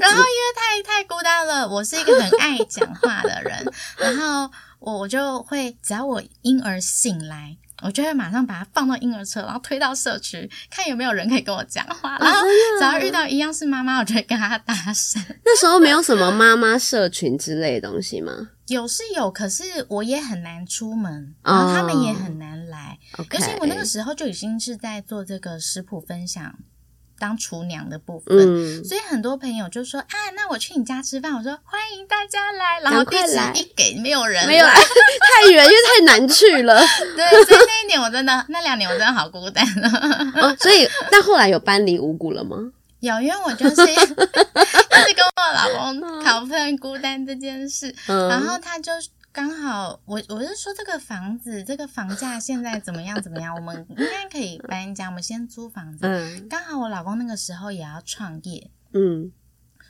Speaker 3: 然后因为太太孤单了，我是一个很爱讲话的人，然后我我就会只要我婴儿醒来，我就会马上把它放到婴儿车，然后推到社区，看有没有人可以跟我讲话。然后只要遇到一样是妈妈，我就会跟她搭讪。
Speaker 2: 那时候没有什么妈妈社群之类的东西 吗
Speaker 3: 有是有，可是我也很难出门，
Speaker 2: 哦
Speaker 3: 然后他们也很难来。
Speaker 2: ？OK，
Speaker 3: 尤其我那个时候就已经是在做这个食谱分享，当厨娘的部分。
Speaker 2: 嗯，
Speaker 3: 所以很多朋友就说啊，那我去你家吃饭。我说欢迎大家来，然后地
Speaker 2: 赶快来
Speaker 3: 址一给，没有人，
Speaker 2: 没有啦，太远，因为太难去了。
Speaker 3: 对，所以那一年我真的，那两年我真的好孤单 哦。
Speaker 2: 哦，所以那后来有搬离五谷了吗？
Speaker 3: 有，因为我就是 一直跟我老公讨论孤单这件事，
Speaker 2: 嗯，
Speaker 3: 然后他就刚好，我我是说这个房子，这个房价现在怎么样怎么样，我们应该可以搬家，我们先租房子。
Speaker 2: 嗯
Speaker 3: 刚好我老公那个时候也要创业，
Speaker 2: 嗯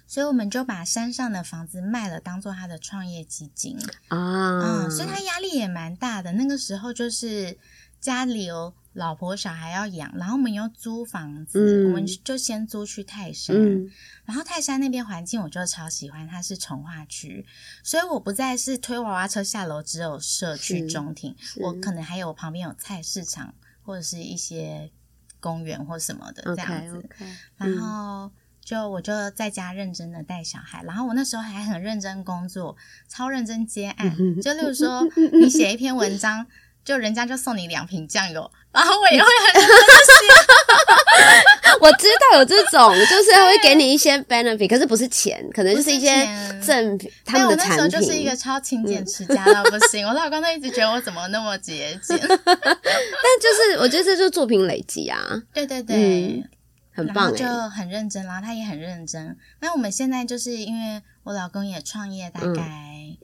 Speaker 3: 所以我们就把山上的房子卖了，当做他的创业基金。
Speaker 2: 啊，
Speaker 3: 嗯，所以他压力也蛮大的。那个时候就是家里有老婆小孩要养，然后我们又租房子，
Speaker 2: 嗯
Speaker 3: 我们就先租去泰山。
Speaker 2: 嗯
Speaker 3: 然后泰山那边环境我就超喜欢，它是从化区，所以我不再是推娃娃车下楼只有社区
Speaker 2: 是
Speaker 3: 中庭，我
Speaker 2: 是
Speaker 3: 可能还有旁边有菜市场或者是一些公园或什么的这样
Speaker 2: ，OK 哦嗯
Speaker 3: 子。
Speaker 2: OK，
Speaker 3: 然后就我就在家认真的带小孩，然后我那时候还很认真工作，超认真接 案。就例如说，你写一篇文章，就人家就送你两瓶酱油，然后我也会 很认真
Speaker 2: 我知道有这种，就是他会给你一些 benefit，可是不是钱，可能就是一些
Speaker 3: 不是钱
Speaker 2: 赠品，他
Speaker 3: 对
Speaker 2: 们的
Speaker 3: 我那时候
Speaker 2: 产品。
Speaker 3: 就是一个超勤俭持家到不行， 我老公都一直觉得我怎么那么节俭。
Speaker 2: 但就是我觉得这就是作品累积啊，
Speaker 3: 对对对，
Speaker 2: 很
Speaker 3: 然
Speaker 2: 棒
Speaker 3: 后
Speaker 2: 哎、
Speaker 3: 就很认真，然后他也很认真。那我们现在就是因为我老公也创业大概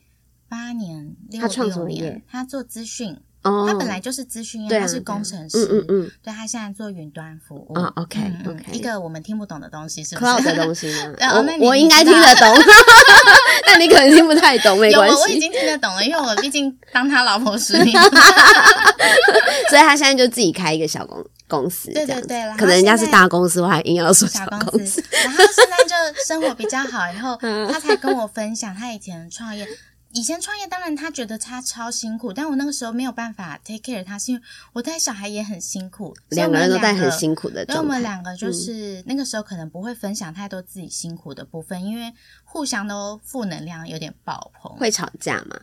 Speaker 3: 八年
Speaker 2: 嗯
Speaker 3: 六
Speaker 2: 他创什
Speaker 3: 六
Speaker 2: 么业
Speaker 3: 年，他做资讯，
Speaker 2: 哦，
Speaker 3: 他本来就是资讯业，
Speaker 2: 对啊
Speaker 3: 他是工程
Speaker 2: 嗯嗯
Speaker 3: 师，
Speaker 2: 嗯
Speaker 3: 对他现在做云端服务。
Speaker 2: 啊，OK
Speaker 3: 嗯嗯
Speaker 2: OK，
Speaker 3: 一个我们听不懂的东西，是不
Speaker 2: cloud 的
Speaker 3: 是？？
Speaker 2: 东西吗
Speaker 3: 对哦那你
Speaker 2: 我我
Speaker 3: 你
Speaker 2: 应该
Speaker 3: 知
Speaker 2: 听
Speaker 3: 道
Speaker 2: 得懂， 但你可能听不太懂，没
Speaker 3: 有
Speaker 2: 关
Speaker 3: 我我已
Speaker 2: 系。
Speaker 3: 经听得懂了，因为我毕竟当他老婆 十年。
Speaker 2: 所以他现在就自己开一个小公公司，
Speaker 3: 对对
Speaker 2: 这样子
Speaker 3: 对然后
Speaker 2: 可能人家
Speaker 3: 现
Speaker 2: 是
Speaker 3: 在
Speaker 2: 大公司，我还硬要说
Speaker 3: 小
Speaker 2: 公嗯
Speaker 3: 公司，然后现在就生活比较好，以后他才跟我分享他以前创业。以前创业，当然他觉得他超辛苦，但我那个时候没有办法 take care 他，是因为我带小孩也很辛苦，
Speaker 2: 两个人都在很
Speaker 3: 苦。
Speaker 2: 辛苦的
Speaker 3: 所以我
Speaker 2: 状
Speaker 3: 们
Speaker 2: 态。嗯
Speaker 3: 两个就是、那个时候可能不会分享太多自己辛苦的部分，因为互相都负能量有点爆棚。
Speaker 2: 会吵架嘛？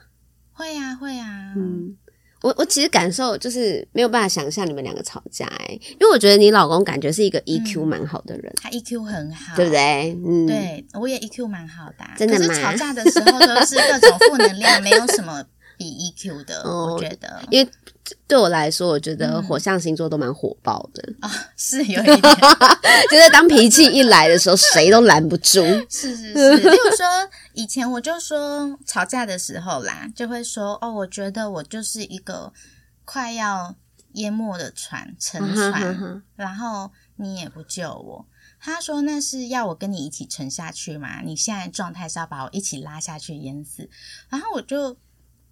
Speaker 3: 会啊会啊，
Speaker 2: 嗯，我我其实感受就是没有办法想象你们两个吵架、欸，因为我觉得你老公感觉是一
Speaker 3: 嗯
Speaker 2: 个 EQ 蛮好的人，
Speaker 3: 他 EQ 很好，
Speaker 2: 对不？对？嗯，，
Speaker 3: 啊对，我也 EQ 蛮好的啊、
Speaker 2: 真的
Speaker 3: 可
Speaker 2: 吗
Speaker 3: 是吵架的时候都是各种负能量，没有什么比 EQ 的，
Speaker 2: 哦
Speaker 3: 我觉得
Speaker 2: 因为对我来说，我觉
Speaker 3: 嗯
Speaker 2: 得火象星座都蛮火爆的，
Speaker 3: 哦是有一点，
Speaker 2: 就是当脾气一来的时候，谁都拦不 住。
Speaker 3: 是是是。例如说，以前我就说吵架的时候啦，就会说哦，我觉得我就是一个快要淹没的船，沉船，然后你也不救我。他说：“那是要我跟你一起沉下去吗？你现在状态是要把我一起拉下去淹死。”然后我就，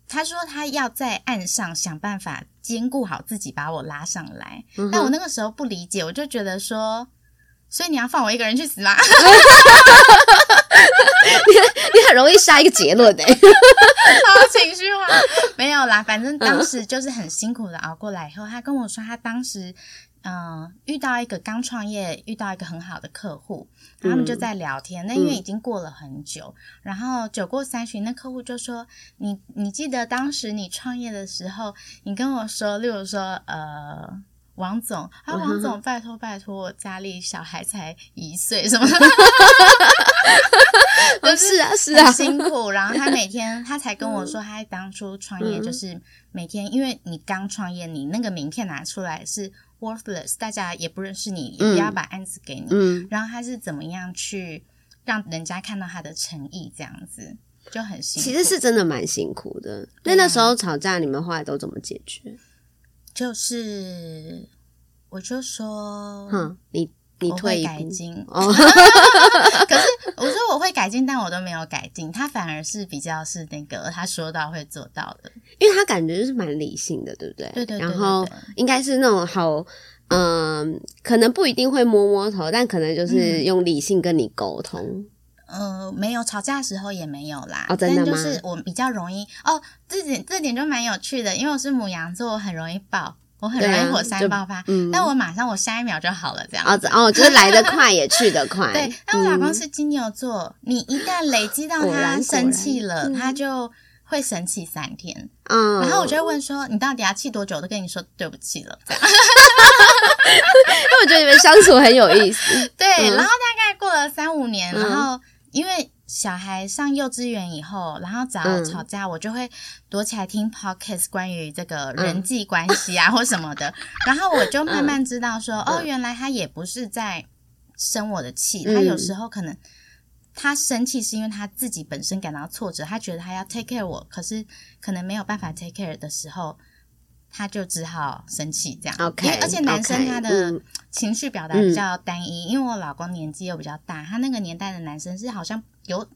Speaker 3: 他说他要在岸上想办法兼顾好自己，把我拉上来。但我那个时候不理解，我就觉得说，所以你要放我一个人去死吗？
Speaker 2: 你很容易下一个结论哎、
Speaker 3: 超情绪化，没有啦，反正当时就是很辛苦的熬过来。以后他跟我说，他当时嗯、遇到一个刚创业，遇到一个很好的客户，然后他们就在聊天。那因为已经过了很久，然后酒过三巡，那客户就说：“你你记得当时你创业的时候，你跟我说，例如说，呃。”王总，啊，王总，拜托拜托，我家里小孩才一岁，什么的，
Speaker 2: 哦，是啊，是啊嗯
Speaker 3: 很， 辛苦。然后他每天，他才跟我说，他当初创业就是每天，因为你刚创业，你那个名片拿出来是 worthless，大家也不认识你，也不要把案子给你。
Speaker 2: 嗯，
Speaker 3: 然后他是怎么样去让人家看到他的诚意，这样子就很辛苦。
Speaker 2: 其实是真的蛮辛苦的。
Speaker 3: 啊
Speaker 2: 那那时候吵架，你们后来都怎么解决？
Speaker 3: 就是，我就说，
Speaker 2: 哼，你你
Speaker 3: 哦我
Speaker 2: 退
Speaker 3: 会
Speaker 2: 一
Speaker 3: 改
Speaker 2: 步，
Speaker 3: 进。
Speaker 2: 哦，
Speaker 3: 可是我说我会改进，但我都没有改进。他反而是比较是那个他说到会做到的。
Speaker 2: 因为他感觉就是蛮理性的，对不对？
Speaker 3: 对对对
Speaker 2: 然后
Speaker 3: 对对
Speaker 2: 应该是那种好，嗯、可能不一定会摸摸头，但可能
Speaker 3: 嗯
Speaker 2: 就是用理性跟你沟通。
Speaker 3: 呃，没有吵架的时候也没有啦，
Speaker 2: 哦真的
Speaker 3: 但就
Speaker 2: 吗
Speaker 3: 是我比较容易哦，这点这点就蛮有趣的，因为我是母羊座，我很容易爆，我很容
Speaker 2: 对啊
Speaker 3: 易火山
Speaker 2: 就
Speaker 3: 爆发，
Speaker 2: 嗯
Speaker 3: 但我马上我下一秒就好了，这样
Speaker 2: 哦
Speaker 3: 子。
Speaker 2: 哦，就是来得快也去得快。
Speaker 3: 对，但我老公是金牛座，你一旦累积到
Speaker 2: 果然
Speaker 3: 他
Speaker 2: 果
Speaker 3: 生
Speaker 2: 然
Speaker 3: 气了，他就会生气三天，
Speaker 2: 嗯，
Speaker 3: 然后我就
Speaker 2: 觉
Speaker 3: 会问说，你到底要气多久？我都跟你说对不起了，这样
Speaker 2: 得，因为我觉得你们相处很有意 思。
Speaker 3: 对，
Speaker 2: 嗯
Speaker 3: 然后大概过了三五年，
Speaker 2: 嗯
Speaker 3: 然后因为小孩上幼稚园以后，然后找
Speaker 2: 嗯
Speaker 3: 吵架，我就会躲起来听 podcast 关于这个
Speaker 2: 嗯
Speaker 3: 人际关系啊、或什么 的，然后我就慢慢知道说，哦，原来他也不是在生我的气，他
Speaker 2: 嗯
Speaker 3: 有时候可能。他生气是因为他自己本身感到挫折，他觉得他要 take care 我，可是可能没有办法 take care 的时候，他就只好生气这样。
Speaker 2: OK，
Speaker 3: 因为而且男生
Speaker 2: OK，
Speaker 3: 他的
Speaker 2: 嗯
Speaker 3: 情绪表达比较单一，因为我老公年纪又比较大，他那个年代的男生是好像有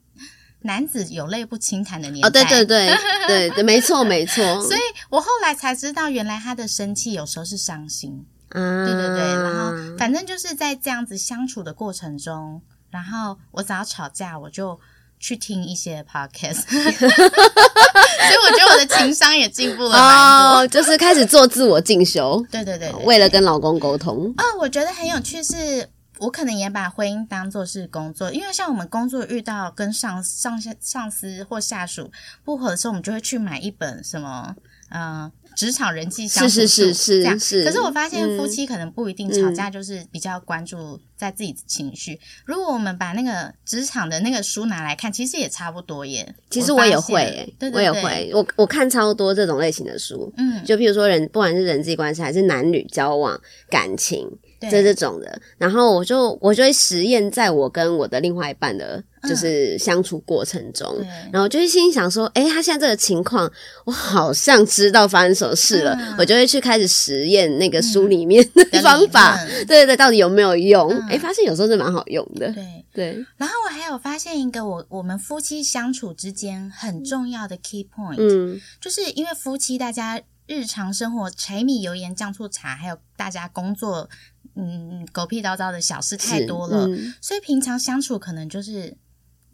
Speaker 3: 男子有泪不轻弹的年代。
Speaker 2: 哦，对对对对对，没错没错。
Speaker 3: 所以我后来才知道，原来他的生气有时候是伤心。
Speaker 2: 啊，
Speaker 3: 对对对，然后反正就是在这样子相处的过程中，然后我只要吵架，我就去听一些 podcast，所以我觉得我的情商也进步了蛮多。
Speaker 2: 哦， 就是开始做自我进修，
Speaker 3: 对对对对，
Speaker 2: 为了跟老公沟通。
Speaker 3: 哦，我觉得很有趣是。我可能也把婚姻当做是工作，因为像我们工作遇到跟上上下上司或下属不合的时候，我们就会去买一本什么，嗯、职场人际相处
Speaker 2: 是是
Speaker 3: 术
Speaker 2: 是
Speaker 3: 这样。
Speaker 2: 是
Speaker 3: 可是我发现
Speaker 2: 嗯
Speaker 3: 夫妻可能不一定
Speaker 2: 嗯
Speaker 3: 吵架，就是比较关注在自己的情绪。如果我们把那个职场的那个书拿来看，其实也差不多耶。
Speaker 2: 其实我也
Speaker 3: 发现
Speaker 2: 会、欸，
Speaker 3: 对对
Speaker 2: 我也
Speaker 3: 对，
Speaker 2: 会，我我看超多这种类型的书。
Speaker 3: 嗯，
Speaker 2: 就譬如说人，不管是人际关系还是男女交往、感情，
Speaker 3: 对
Speaker 2: 这这种的，然后我就我就会实验在我跟我的另外一半的，就是相处过程中，
Speaker 3: 嗯对
Speaker 2: 然后我就会心想说，诶，他现在这个情况，我好像知道发生什么事了，
Speaker 3: 嗯
Speaker 2: 我就会去开始实验那个书里面的方法，
Speaker 3: 的理论
Speaker 2: 对对对，到底有没有用？
Speaker 3: 嗯
Speaker 2: 诶，发现有时候是蛮好用的，
Speaker 3: 对。
Speaker 2: 对，
Speaker 3: 然后我还有发现一个我我们夫妻相处之间很重要的 key point，、
Speaker 2: 嗯，
Speaker 3: 就是因为夫妻大家日常生活柴米油盐酱醋茶，还有大家工作嗯狗屁叨叨的小事太
Speaker 2: 是
Speaker 3: 多了，
Speaker 2: 嗯
Speaker 3: 所以平常相处可能就是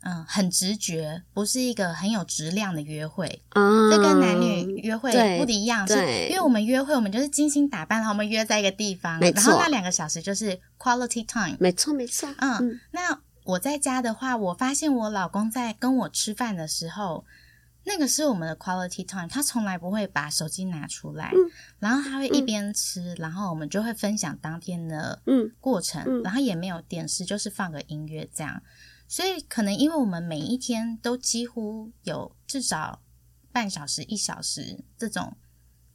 Speaker 3: 嗯很直觉，不是一个很有质量的约会。
Speaker 2: 啊，
Speaker 3: 这跟男女约会
Speaker 2: 对
Speaker 3: 不一样，是
Speaker 2: 对
Speaker 3: 因为我们约会，我们就是精心打扮，然后我们约在一个地方，
Speaker 2: 没
Speaker 3: 然后
Speaker 2: 错
Speaker 3: 那两个小时就是 quality time。
Speaker 2: 没错没错，
Speaker 3: 嗯，那我在家的话，我发现我老公在跟我吃饭的时候，那个是我们的 quality time，他从来不会把手机拿出来，
Speaker 2: 嗯
Speaker 3: 然后他会一边吃，然后我们就会分享当天的
Speaker 2: 嗯
Speaker 3: 过程，
Speaker 2: 嗯
Speaker 3: 然后也没有电视，就是放个音乐这样。所以可能因为我们每一天都几乎有至少半小时、一小时这种，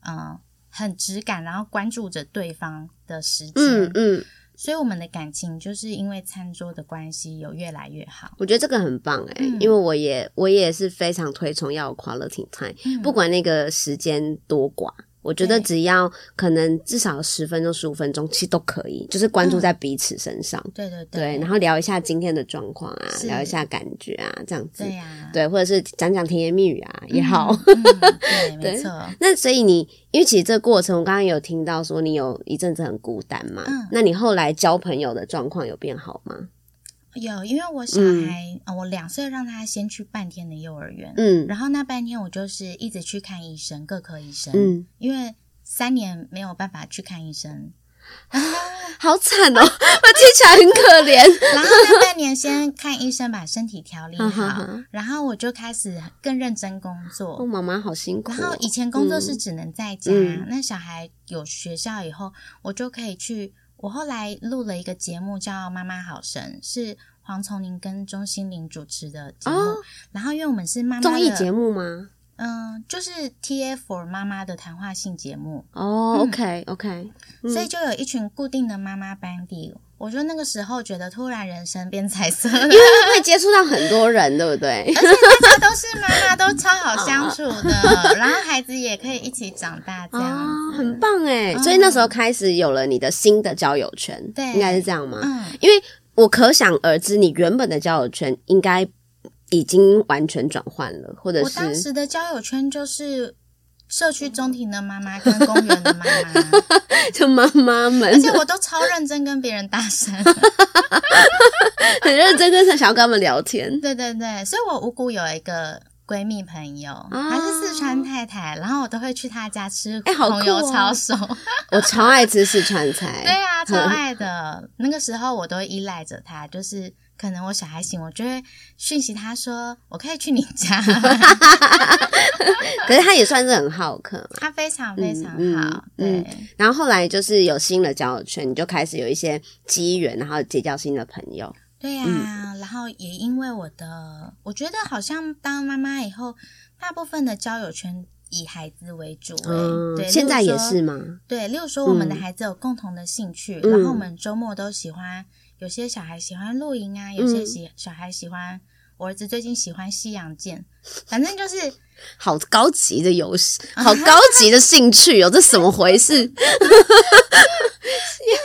Speaker 3: 嗯、很质感，然后关注着对方的时间，
Speaker 2: 嗯嗯，
Speaker 3: 所以我们的感情就是因为餐桌的关系有越来越好。
Speaker 2: 我觉得这个很棒哎、
Speaker 3: 嗯
Speaker 2: 因为我也我也是非常推崇要有 quality time，、
Speaker 3: 嗯
Speaker 2: 不管那个时间多寡，我觉得
Speaker 3: 对
Speaker 2: 只要可能至少十分钟、十五分钟，其实都可以，就是关注在彼此身上，
Speaker 3: 对嗯对
Speaker 2: 对，然
Speaker 3: 后
Speaker 2: 后聊一下今天的状况啊，
Speaker 3: 是
Speaker 2: 聊一下感觉啊，这样子
Speaker 3: 对，呀、
Speaker 2: 对，或者是讲讲甜言蜜语啊也好。
Speaker 3: 嗯，嗯对，没
Speaker 2: 对
Speaker 3: 错，
Speaker 2: 那所以你，因为其实这个过程，我刚刚有听到说你有一阵子很孤单嘛，
Speaker 3: 嗯
Speaker 2: 那你后来交朋友的状况有变好吗？
Speaker 3: 有，因为我小孩，呃我两岁让他先去半天的幼儿园，
Speaker 2: 嗯
Speaker 3: 然后那半天我就是一直去看医生，各科医生，
Speaker 2: 嗯，
Speaker 3: 因为三年没有办法去看医生，
Speaker 2: 好惨哦， 我听起来很可 怜。
Speaker 3: 然后那半年先看医生，把身体调 理
Speaker 2: 哈哈
Speaker 3: 好
Speaker 2: 哈，
Speaker 3: 然后我就开始更认真工作。
Speaker 2: 哦，妈妈好辛苦、哦。
Speaker 3: 然后以前工作是
Speaker 2: 嗯
Speaker 3: 只能在家，
Speaker 2: 嗯
Speaker 3: 那小孩有学校以后，我就可以去。我后来录了一个节目叫《妈妈好神》，是黄崇宁跟钟欣凌主持的节目。
Speaker 2: 哦
Speaker 3: 然后因为我们是妈妈
Speaker 2: 综艺节
Speaker 3: 目，
Speaker 2: 目吗？
Speaker 3: 嗯、就是 T F for 妈妈的谈话性节目，
Speaker 2: 哦、
Speaker 3: 嗯
Speaker 2: o k OK，、嗯、
Speaker 3: 所以就有一群固定的妈妈班底。我就那个时候觉得突然人生变彩色了，
Speaker 2: 因为会接触到很多人，对不 对？
Speaker 3: 而且大家都是妈妈，都超好相处 的，然后孩子也可以一起长大这样
Speaker 2: 啊，
Speaker 3: 子。
Speaker 2: 很棒哎！
Speaker 3: 嗯
Speaker 2: 所以那时候开始有了你的新的交友圈，
Speaker 3: 对
Speaker 2: 应该是这样吗？
Speaker 3: 嗯，
Speaker 2: 因为我可想而知，你原本的交友圈应该已经完全转换了，或者
Speaker 3: 我当
Speaker 2: 是
Speaker 3: 时的交友圈就是社区中庭的妈妈 跟公园的妈妈，
Speaker 2: 就妈妈
Speaker 3: 而
Speaker 2: 们
Speaker 3: 且我都超认真跟别人搭讪。
Speaker 2: 很认真跟小哥们聊天。
Speaker 3: 对对对，所以我无辜有一个闺蜜朋
Speaker 2: 啊
Speaker 3: 友，她、是四川太太，然后我都会去她家吃
Speaker 2: 哎好酷哦
Speaker 3: 红油 抄手。
Speaker 2: 我超爱吃四川菜，
Speaker 3: 对啊，超爱的。那个时候我都依赖着她，就是。可能我小孩醒，我就会讯息她说：“我可以去你 家。啊
Speaker 2: 可是他也算是很好客嘛”。
Speaker 3: 她非常非常
Speaker 2: 嗯嗯
Speaker 3: 好，
Speaker 2: 嗯
Speaker 3: 对，
Speaker 2: 然后后来就是有新的交友圈，你就开始有一些机缘，然后结交新的朋友。
Speaker 3: 对呀、
Speaker 2: 嗯
Speaker 3: 然后也因为我的，我觉得好像当妈妈以后，大部分的交友圈以孩子为主、欸，
Speaker 2: 嗯
Speaker 3: 对，，
Speaker 2: 现在
Speaker 3: 例
Speaker 2: 也
Speaker 3: 如说
Speaker 2: 是，吗？
Speaker 3: 对，例如说我们的
Speaker 2: 嗯
Speaker 3: 孩子有共同的兴趣，
Speaker 2: 嗯
Speaker 3: 然后我们周末都喜欢，有些小孩喜欢露营啊，有些
Speaker 2: 嗯
Speaker 3: 喜、小孩喜欢，我儿子最近喜欢西洋剑，反正就是
Speaker 2: 好高级的游 戏，好高级的兴趣哦，这怎么回事？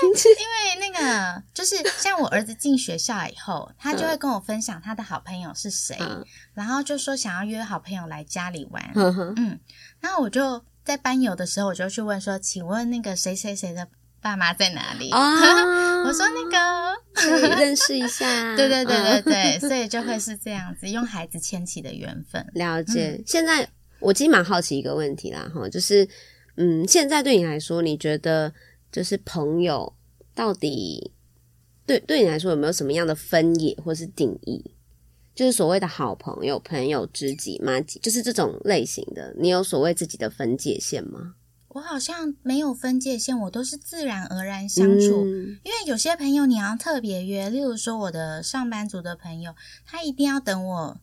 Speaker 3: 因为那个就是像我儿子进学校以后，他就会跟我分享他的好朋友是谁，
Speaker 2: 嗯
Speaker 3: 然后就说想要约好朋友来家里玩，
Speaker 2: 呵 呵
Speaker 3: 嗯，然后我就在班游的时候，我就去问说，请问那个谁谁谁的爸妈在哪里？
Speaker 2: 啊，
Speaker 3: 我说那个，
Speaker 2: 可以认识一下，
Speaker 3: 对对
Speaker 2: 嗯，
Speaker 3: 对对对，所以就会是这样子，用孩子牵起的缘分。
Speaker 2: 了
Speaker 3: 嗯
Speaker 2: 解。现在我其实蛮好奇一个问题啦，哈，就是嗯，现在对你来说，你觉得就是朋友到底对对你来说有没有什么样的分野或是定义？就是所谓的好朋友、朋友、知己、妈己，就是这种类型的，你有所谓自己的分界线吗？
Speaker 3: 我好像没有分界线，我都是自然而然相处。
Speaker 2: 嗯
Speaker 3: 因为有些朋友你要特别约，例如说我的上班族的朋友，他一定要等我，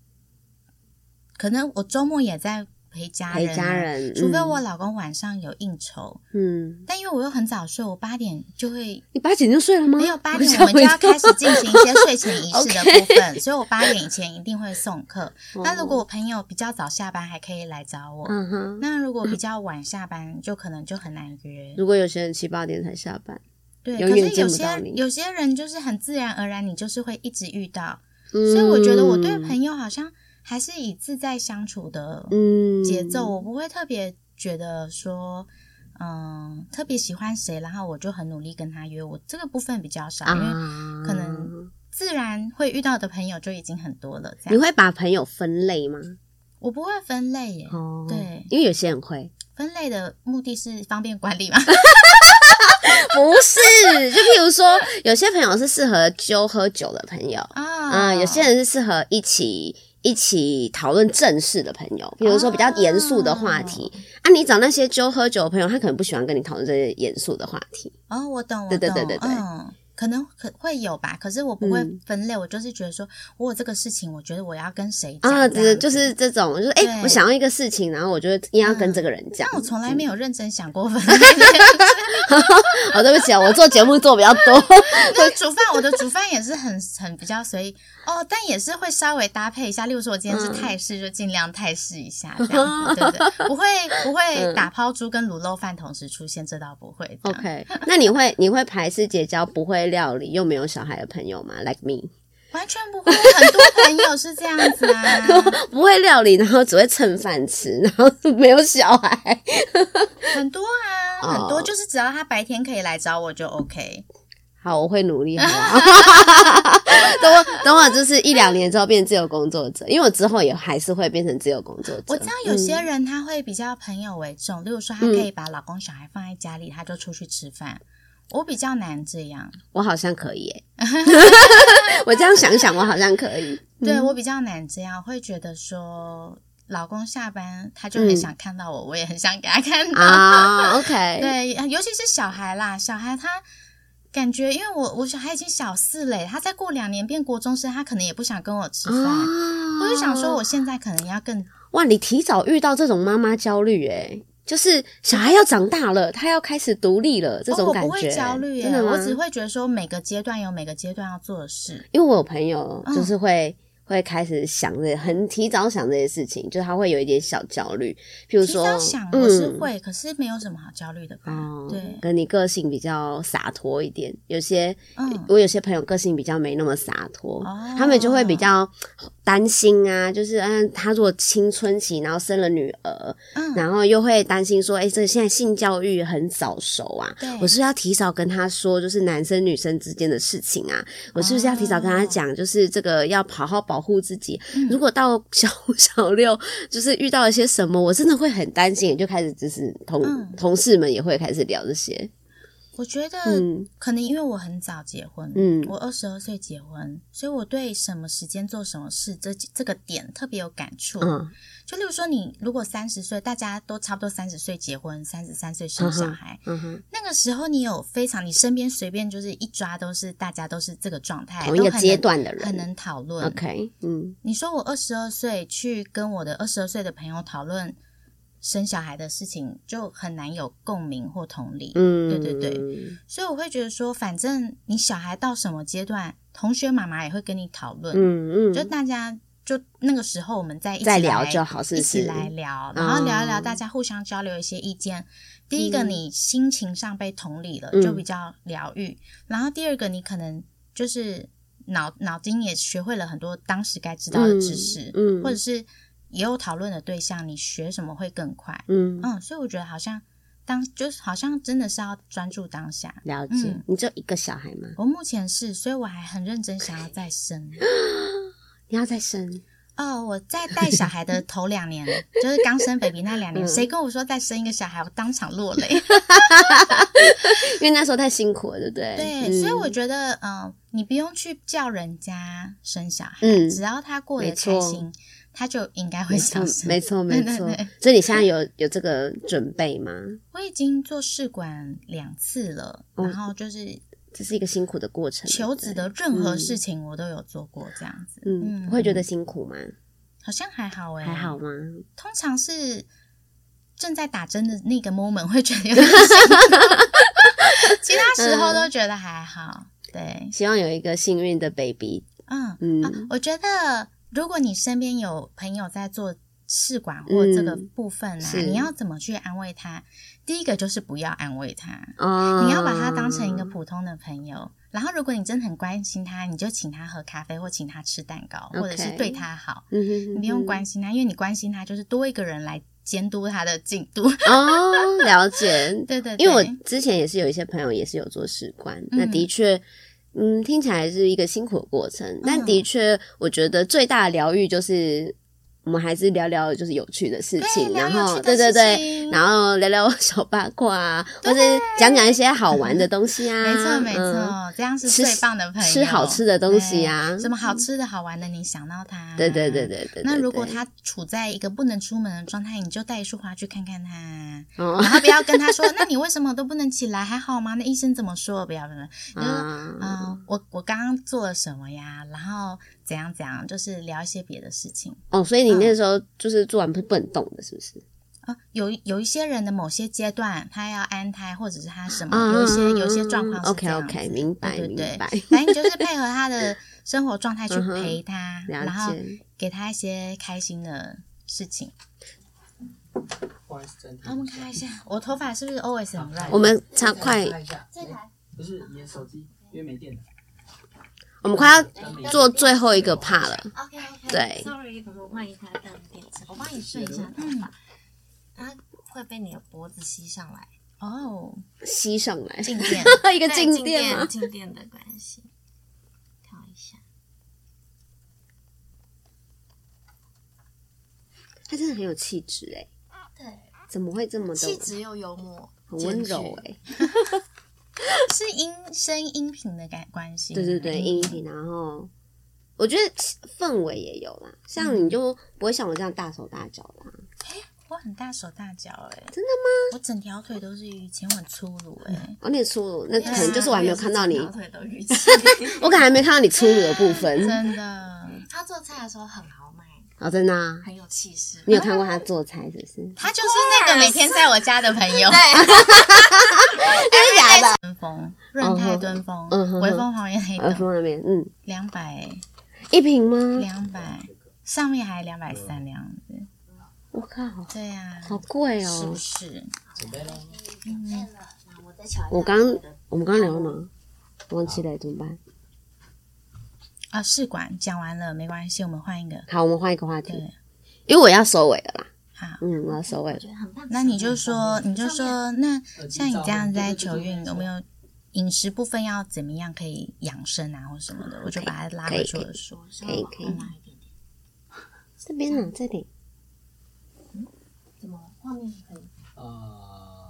Speaker 3: 可能我周末也在陪家
Speaker 2: 陪
Speaker 3: 人啊、
Speaker 2: 家人，
Speaker 3: 除非
Speaker 2: 嗯
Speaker 3: 我老公晚上有应酬，
Speaker 2: 嗯，
Speaker 3: 但因为我又很早睡，我八点就会
Speaker 2: 你八点就睡了吗？
Speaker 3: 没有八点，我们就要开始进行一些睡前仪式 的
Speaker 2: OK
Speaker 3: 部分，所以我八点以前一定会送客。
Speaker 2: 哦
Speaker 3: 那如果我朋友比较早下班，还可以来找我；
Speaker 2: 嗯哼，
Speaker 3: 那如果比较晚下班，就可能就很难约。
Speaker 2: 如果有些人七八点才下班，
Speaker 3: 对，
Speaker 2: 永
Speaker 3: 可
Speaker 2: 远
Speaker 3: 是
Speaker 2: 见
Speaker 3: 有
Speaker 2: 不到
Speaker 3: 些
Speaker 2: 你
Speaker 3: 有些人就是很自然而然，你就是会一直遇到，
Speaker 2: 所
Speaker 3: 所以我觉得我对朋友好像还是以自在相处的
Speaker 2: 嗯
Speaker 3: 节奏，我不会特别觉得说。嗯，特别喜欢谁，然后我就很努力跟他约，我这个部分比较少，因为
Speaker 2: 啊，
Speaker 3: 可能自然会遇到的朋友就已经很多了。这
Speaker 2: 你
Speaker 3: 样，
Speaker 2: 会把朋友分类吗？
Speaker 3: 我不会分类耶，
Speaker 2: 哦，
Speaker 3: 对
Speaker 2: 因为有些人会，
Speaker 3: 分类的目的是方便管 理嘛。
Speaker 2: 不是， 就譬如说，有些朋友是适合揪喝酒的朋友，
Speaker 3: 啊
Speaker 2: 啊，有些人是适合一起。一起讨论正事的朋友，比如说比较严肃的话题、啊，你找那些揪喝酒的朋友，他可能不喜欢跟你讨论这些严肃的话题。
Speaker 3: 哦，我懂，我懂，
Speaker 2: 对对对对对
Speaker 3: 嗯。可能可会有吧，可是我不会
Speaker 2: 嗯
Speaker 3: 分类，我就是觉得说，我有这个事情，我觉得我要跟谁讲
Speaker 2: 啊，
Speaker 3: 这样
Speaker 2: 对，
Speaker 3: 子
Speaker 2: 就是这种，就是哎、
Speaker 3: 对嗯
Speaker 2: 我想要一个事情，然后我就硬要跟这个人讲。
Speaker 3: 但我从来没有认真想过分类这件事。
Speaker 2: 哦，对不起啊，我做节目做比较多，
Speaker 3: 那煮饭， 我的煮饭也是很很比较随意哦，但也是会稍微搭配一下。例如说，我今天是
Speaker 2: 嗯
Speaker 3: 泰式，就尽量泰式一下，这样子，对不对？不会 不会打抛猪跟卤肉饭同时出现，这倒不会。这样
Speaker 2: 嗯 OK，那你会你会排斥结交不会料理又没有小孩的朋友吗？Like me，
Speaker 3: 完全不会。很多朋友是这样子啊，
Speaker 2: 不会料理，然后只会蹭饭吃，然后没有小孩。
Speaker 3: 很多啊，
Speaker 2: 哦
Speaker 3: 很多就是只要他白天可以来找我就 OK。
Speaker 2: 好，我会努力，好不好？ 等我等我，就是一两年之后变自由工作者，因为我之后也还是会变成自由工作者。
Speaker 3: 我知道有
Speaker 2: 嗯
Speaker 3: 些人他会比较朋友为重，例如说他可以把老公小孩放在家里，他就出去吃饭。我比较难这样，
Speaker 2: 我好像可 以、欸，我这样想想，我好像可 以。
Speaker 3: 对我比较难这样，会觉得说老公下班他就
Speaker 2: 嗯
Speaker 3: 很想看到我，我也很想给他看到。
Speaker 2: 啊，OK，，
Speaker 3: 对，尤其是小孩啦，小孩他感觉，因为我我小孩已经小四嘞，他再过两年变国中生，他可能也不想跟我吃饭。
Speaker 2: 啊
Speaker 3: 我就想说，我现在可能要更
Speaker 2: 哇，你提早遇到这种妈妈焦虑，哎，就是小孩要长大了，他要开始独立了，这种
Speaker 3: 哦、我
Speaker 2: 感觉。
Speaker 3: 不会焦虑耶
Speaker 2: 真，的吗
Speaker 3: 我只会觉得说每个阶段有每个阶段要做的事。
Speaker 2: 因为我有朋友
Speaker 3: 嗯
Speaker 2: 就是会、会开始想着很提早想这些事情，就是他会有一点小焦虑，比如
Speaker 3: 提
Speaker 2: 说
Speaker 3: 早想我是
Speaker 2: 嗯
Speaker 3: 会，可是没有什么好焦虑的吧？
Speaker 2: 哦，
Speaker 3: 对，
Speaker 2: 跟你个性比较洒脱一点，有些、
Speaker 3: 嗯，
Speaker 2: 我有些朋友个性比较没那么洒脱，
Speaker 3: 哦
Speaker 2: 他们就会比较担心啊，就是嗯，他如果青春期然后生了女儿，
Speaker 3: 嗯，
Speaker 2: 然后又会担心说，哎、这现在性教育很早熟啊，
Speaker 3: 对，
Speaker 2: 我是不是要提早跟他说，就是男生女生之间的事情啊，我是不是要提早跟他讲，就是这个要好好保护自己。
Speaker 3: 哦嗯
Speaker 2: 如果到小五小六，就是遇到一些什么，我真的会很担心，就开始就是同、
Speaker 3: 嗯
Speaker 2: 同事们也会开始聊这些，
Speaker 3: 我觉得
Speaker 2: 嗯
Speaker 3: 可能因为我很早结婚，
Speaker 2: 嗯
Speaker 3: 我二十二岁结婚，所以我对什么时间做什么事这这个点特别有感触。
Speaker 2: 嗯
Speaker 3: 就例如说，你如果三十岁，大家都差不多三十岁结婚，三十三岁生小孩，
Speaker 2: 嗯哼，
Speaker 3: 那个时候你有非常，你身边随便就是一抓都是大家都是这个状态，
Speaker 2: 同一个
Speaker 3: 都很
Speaker 2: 阶段的
Speaker 3: 能很
Speaker 2: 人
Speaker 3: 能讨论。
Speaker 2: ，OK，嗯
Speaker 3: 你说我二十二岁去跟我的二十二岁的朋友讨论生小孩的事情，就很难有共鸣或同理。
Speaker 2: 嗯，
Speaker 3: 对对
Speaker 2: 对，
Speaker 3: 所以我会觉得说，反正你小孩到什么阶段，同学妈妈也会跟你讨论，
Speaker 2: 嗯
Speaker 3: 就
Speaker 2: 嗯，
Speaker 3: 大家就那个时候我们再一起
Speaker 2: 再聊
Speaker 3: 来
Speaker 2: 就好，是
Speaker 3: 一
Speaker 2: 不
Speaker 3: 起
Speaker 2: 是？嗯哦
Speaker 3: 来聊，然后聊一聊，大家互相交流一些意见。第一个，
Speaker 2: 嗯
Speaker 3: 你心情上被同理了，
Speaker 2: 嗯
Speaker 3: 就比较疗愈；然后第二个，你可能就是脑脑筋也学会了很多当时该知道的知识，
Speaker 2: 嗯嗯
Speaker 3: 或者是也有讨论的对象，你学什么会更快。
Speaker 2: 嗯，
Speaker 3: 嗯，所以我觉得好像当就是好像真的是要专注当下。
Speaker 2: 了解。
Speaker 3: 嗯
Speaker 2: 你只有一个小孩吗？
Speaker 3: 我目前是，所以我还很认真想要再生。
Speaker 2: 你要再生？
Speaker 3: 哦，我在带小孩的头两年，就是刚生 baby 那两年，
Speaker 2: 嗯
Speaker 3: 谁跟我说再生一个小孩，我当场 落泪。
Speaker 2: 因为那时候太辛苦了，对不对？
Speaker 3: 对，
Speaker 2: 嗯
Speaker 3: 所以我觉得，嗯、你不用去叫人家生小孩，
Speaker 2: 嗯
Speaker 3: 只要他过得
Speaker 2: 没错
Speaker 3: 开心，他就应该会想生。
Speaker 2: 没 错，没
Speaker 3: 对
Speaker 2: 错
Speaker 3: 对对。
Speaker 2: 所以你现在有有这个准备吗？
Speaker 3: 我已经做试管两次了，
Speaker 2: 哦
Speaker 3: 然后就是
Speaker 2: 这是一个辛苦的过程。
Speaker 3: 求
Speaker 2: 对
Speaker 3: 子
Speaker 2: 不对，
Speaker 3: 的任何事情我都有做过，这样子，
Speaker 2: 嗯，
Speaker 3: 嗯
Speaker 2: 不会觉得辛苦吗？
Speaker 3: 好像还好哎、
Speaker 2: 还好吗？
Speaker 3: 通常是正在打针的那个 moment 会觉得有点辛苦，其他时候都觉得还好。对，
Speaker 2: 希望有一个幸运的 baby。
Speaker 3: 嗯，啊
Speaker 2: 嗯，
Speaker 3: 我觉得如果你身边有朋友在做试管或这个
Speaker 2: 嗯
Speaker 3: 部分啊，
Speaker 2: 是
Speaker 3: 你要怎么去安慰他？第一个就是不要安慰他，
Speaker 2: 哦，
Speaker 3: 你要把他当成一个普通的朋友。然后，如果你真的很关心他，你就请他喝咖啡，或请他吃蛋糕，或者是
Speaker 2: OK
Speaker 3: 对他好。
Speaker 2: 嗯哼哼哼
Speaker 3: 你不用关心他，因为你关心他，就是多一个人来监督他的进度。
Speaker 2: 哦，了解。
Speaker 3: 对对对，
Speaker 2: 因为我之前也是有一些朋友也是有做士官，那的确。嗯，听起来是一个辛苦的过
Speaker 3: 嗯
Speaker 2: 程，但的确，我觉得最大的疗愈就是我们还是聊聊就是有趣的事情，
Speaker 3: 对啊聊
Speaker 2: 然
Speaker 3: 有
Speaker 2: 后
Speaker 3: 趣的
Speaker 2: 对对
Speaker 3: 事
Speaker 2: 对，
Speaker 3: 情
Speaker 2: 然后聊聊小八卦啊，或者讲讲一些好玩的东西啊，
Speaker 3: 没错没
Speaker 2: 嗯，
Speaker 3: 错，这样是
Speaker 2: 吃
Speaker 3: 最棒的朋友。
Speaker 2: 吃好吃的东西啊
Speaker 3: 对，什么好吃的好玩的，你想到他。
Speaker 2: 对对对。对对对。
Speaker 3: 那如果
Speaker 2: 对，
Speaker 3: 他处在一个不能出门的状态，你就带一束花去看看他， 啊
Speaker 2: 哦
Speaker 3: 然后不要跟他说，那你为什么都不能起来？还好吗？那医生怎么说？不要不要，你就说
Speaker 2: 啊，
Speaker 3: 嗯，我我刚刚做了什么呀？然后怎样怎样，就是聊一些别的事情。
Speaker 2: 哦，所以
Speaker 3: 嗯
Speaker 2: 你那时候就是做完不不能动的，是不是？
Speaker 3: 啊，有有一些人的某些阶段，他要安胎，或者是他什么，
Speaker 2: 啊，
Speaker 3: 嗯有一些有一些状况
Speaker 2: 嗯
Speaker 3: 是这
Speaker 2: OK
Speaker 3: 样子
Speaker 2: OK，明白
Speaker 3: 对
Speaker 2: 明
Speaker 3: 对对
Speaker 2: 白，
Speaker 3: 反正你就是配合他的生活状态去
Speaker 2: 嗯哼
Speaker 3: 陪他，然
Speaker 2: 了
Speaker 3: 后
Speaker 2: 解。
Speaker 3: 给他一些开心的事情。哦
Speaker 4: 不好意思，暂停
Speaker 3: 我们看一下，我头发是不是 always 很乱？
Speaker 2: 我们差快，
Speaker 4: 看一下，这台不是你的手机，因为没电了。
Speaker 2: 我们快要做最后一个 part 了。
Speaker 5: OK OK，
Speaker 2: 对
Speaker 5: ，Sorry，可能万一它断电池，我帮你顺一下头发，它会被你的脖子吸上来，
Speaker 3: 哦，
Speaker 2: 吸上 来，
Speaker 3: 静电。
Speaker 2: 一个
Speaker 5: 对
Speaker 2: 静
Speaker 5: 电
Speaker 2: 电啊吗？
Speaker 5: 静电的关系，调一下，
Speaker 2: 他真的很有气质哎，
Speaker 5: 对，
Speaker 2: 怎么会这么
Speaker 5: 气
Speaker 2: 的
Speaker 5: 质又幽默，
Speaker 2: 欸很温柔哎？
Speaker 3: 是音声音频的感关系。
Speaker 2: 对对对，音频，然后我觉得氛围也有啦，像你就不会像我这样大手大脚啦。
Speaker 3: 我很大手大脚哎、
Speaker 2: 真
Speaker 3: 的吗？我整条腿都是以前我很粗鲁哎、
Speaker 2: 哦，你也粗鲁，那可能就是我还没有看到你，
Speaker 5: 我也是整条腿都淤青。
Speaker 2: 我可能还没看到你粗鲁的部分。
Speaker 3: 真的。
Speaker 5: 他做菜的时候很豪迈，
Speaker 2: 哦，真的、啊，
Speaker 5: 很有气势。
Speaker 2: 你有看过他做菜是不是？
Speaker 3: 他就是那个每天在我家的朋友， 哎
Speaker 2: 真的假的？
Speaker 3: 敦峰润泰敦峰
Speaker 2: 嗯哼，
Speaker 3: 微风黄园黑
Speaker 2: 耳
Speaker 3: 豆
Speaker 2: 风那边，嗯，
Speaker 3: 两百
Speaker 2: 一瓶吗？
Speaker 3: 两百，上面还两百三那样子。
Speaker 2: 我靠，
Speaker 3: 对呀、
Speaker 2: 好贵
Speaker 3: 啊，
Speaker 2: 哦
Speaker 3: 是不！是？
Speaker 4: 准备喽。
Speaker 5: 我再瞧一下
Speaker 2: 我刚
Speaker 5: 我的
Speaker 2: 我们刚刚聊了吗？忘记了怎么办？
Speaker 3: 啊，试管讲完了没关系，我们换一个。
Speaker 2: 好，我们换一个话题，
Speaker 3: 对，
Speaker 2: 因为我要收尾了啦。
Speaker 3: 好，
Speaker 2: 嗯，我要收尾了
Speaker 5: 我。觉得很棒。
Speaker 3: 那你就说，你就说，那
Speaker 4: 耳机
Speaker 3: 像你这样
Speaker 4: 照
Speaker 3: 在
Speaker 4: 对对对
Speaker 3: 求运，
Speaker 4: 对
Speaker 3: 有没有饮食部分要怎么样可以养生啊，或什么的？我就把它拉回去
Speaker 2: 可以
Speaker 3: 我说，
Speaker 5: 我稍微往
Speaker 2: 可以
Speaker 5: 后拉一点点，
Speaker 2: 这边呢，这里
Speaker 5: 怎么了？画面可以？
Speaker 4: 呃，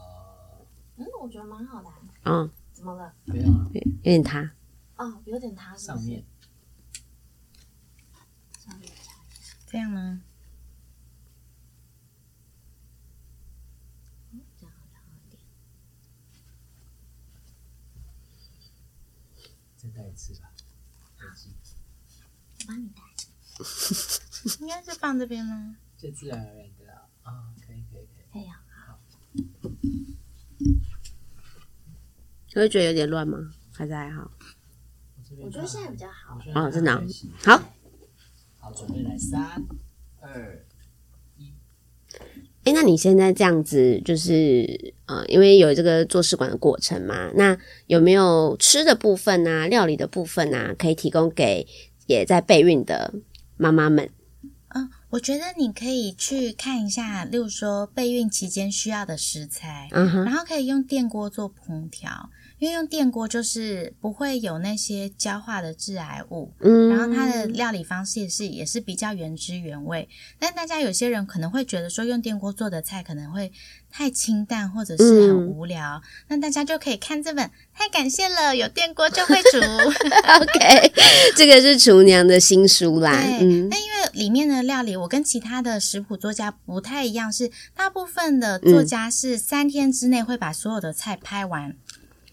Speaker 5: 嗯，我觉得蛮好的啊。
Speaker 2: 啊，
Speaker 5: 怎么了？
Speaker 4: 没有啊，
Speaker 2: 有有点塌。
Speaker 5: 哦，有点塌是
Speaker 4: 上
Speaker 5: 不是？
Speaker 4: 面
Speaker 5: 上面瞧一下
Speaker 3: 这样呢？
Speaker 5: 这样好像好一点。
Speaker 4: 再戴一次吧。耳机
Speaker 5: 我帮你戴。
Speaker 3: 应该是放这边吗？
Speaker 4: 就自然而然的啦。啊，可以可以可以。
Speaker 5: 可以啊。
Speaker 2: 你会觉得有点乱吗？还是还好？
Speaker 4: 我这边啊
Speaker 5: 我觉得现在比较好
Speaker 4: 我。觉得
Speaker 2: 哦真的啊
Speaker 4: 还行
Speaker 2: 好，
Speaker 4: 好，准备来三二。
Speaker 2: 哎，那你现在这样子，就是呃，因为有这个做试管的过程嘛，那有没有吃的部分啊、料理的部分啊，可以提供给也在备孕的妈妈们？
Speaker 3: 嗯，我觉得你可以去看一下，例如说备孕期间需要的食材，
Speaker 2: 嗯哼，
Speaker 3: 然后可以用电锅做烹调，因为用电锅就是不会有那些焦化的致癌物。
Speaker 2: 嗯，
Speaker 3: 然后它的料理方式也是也是比较原汁原味，但大家有些人可能会觉得说用电锅做的菜可能会太清淡或者是很
Speaker 2: 嗯
Speaker 3: 无聊，那大家就可以看这本《太感谢了，有电锅就会煮》。
Speaker 2: OK，这个是厨娘的新书啦，
Speaker 3: 对，
Speaker 2: 嗯
Speaker 3: 那因为里面的料理，我跟其他的食谱作家不太一样，是大部分的
Speaker 2: 嗯
Speaker 3: 作家是三天之内会把所有的菜拍完。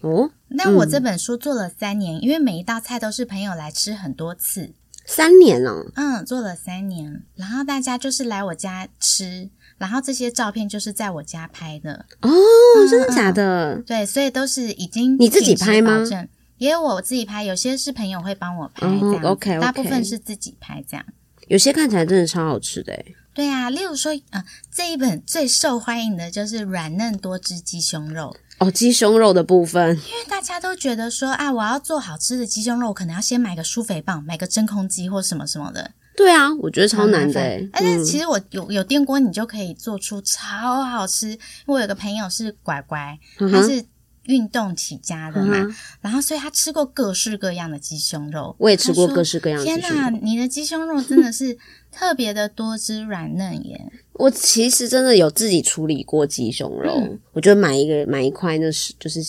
Speaker 2: 哦，
Speaker 3: 那我这本书做了三年，因为每一道菜都是朋友来吃很多次，
Speaker 2: 三年哦，
Speaker 3: 嗯，做了三年，然后大家就是来我家吃，然后这些照片就是在我家拍的，
Speaker 2: 哦，
Speaker 3: 嗯
Speaker 2: 真的假的？
Speaker 3: 对，所以都是已经
Speaker 2: 你自己
Speaker 3: 品质
Speaker 2: 拍吗
Speaker 3: 保证？也有我自己拍，有些是朋友会帮我拍
Speaker 2: 哦
Speaker 3: 这样子
Speaker 2: OK，OK
Speaker 3: 大部分是自己拍这样。
Speaker 2: 有些看起来真的超好吃的欸诶，
Speaker 3: 对啊，例如说，呃，这一本最受欢迎的就是软嫩多汁鸡胸肉，
Speaker 2: 哦，鸡胸肉的部分，
Speaker 3: 因为大家都觉得说啊，我要做好吃的鸡胸肉，我可能要先买个舒肥棒，买个真空机或什么什么的，
Speaker 2: 对啊，我觉得超难的欸嗯诶，，
Speaker 3: 哎但是其实我有有电锅，你就可以做出超好吃。我有个朋友是乖乖，
Speaker 2: 嗯
Speaker 3: 他
Speaker 2: 哼
Speaker 3: 是运动起家的嘛，
Speaker 2: 嗯哼
Speaker 3: 然后所以他吃过各式各样的鸡胸肉。
Speaker 2: 我也吃过
Speaker 3: 他说
Speaker 2: 各式各样的
Speaker 3: 天
Speaker 2: 鸡胸
Speaker 3: 哪，
Speaker 2: 肉。
Speaker 3: 你的鸡胸肉真的是特别的多汁软嫩耶！
Speaker 2: 我其实真的有自己处理过鸡胸肉，
Speaker 3: 嗯
Speaker 2: 我就买一个买一块那是就是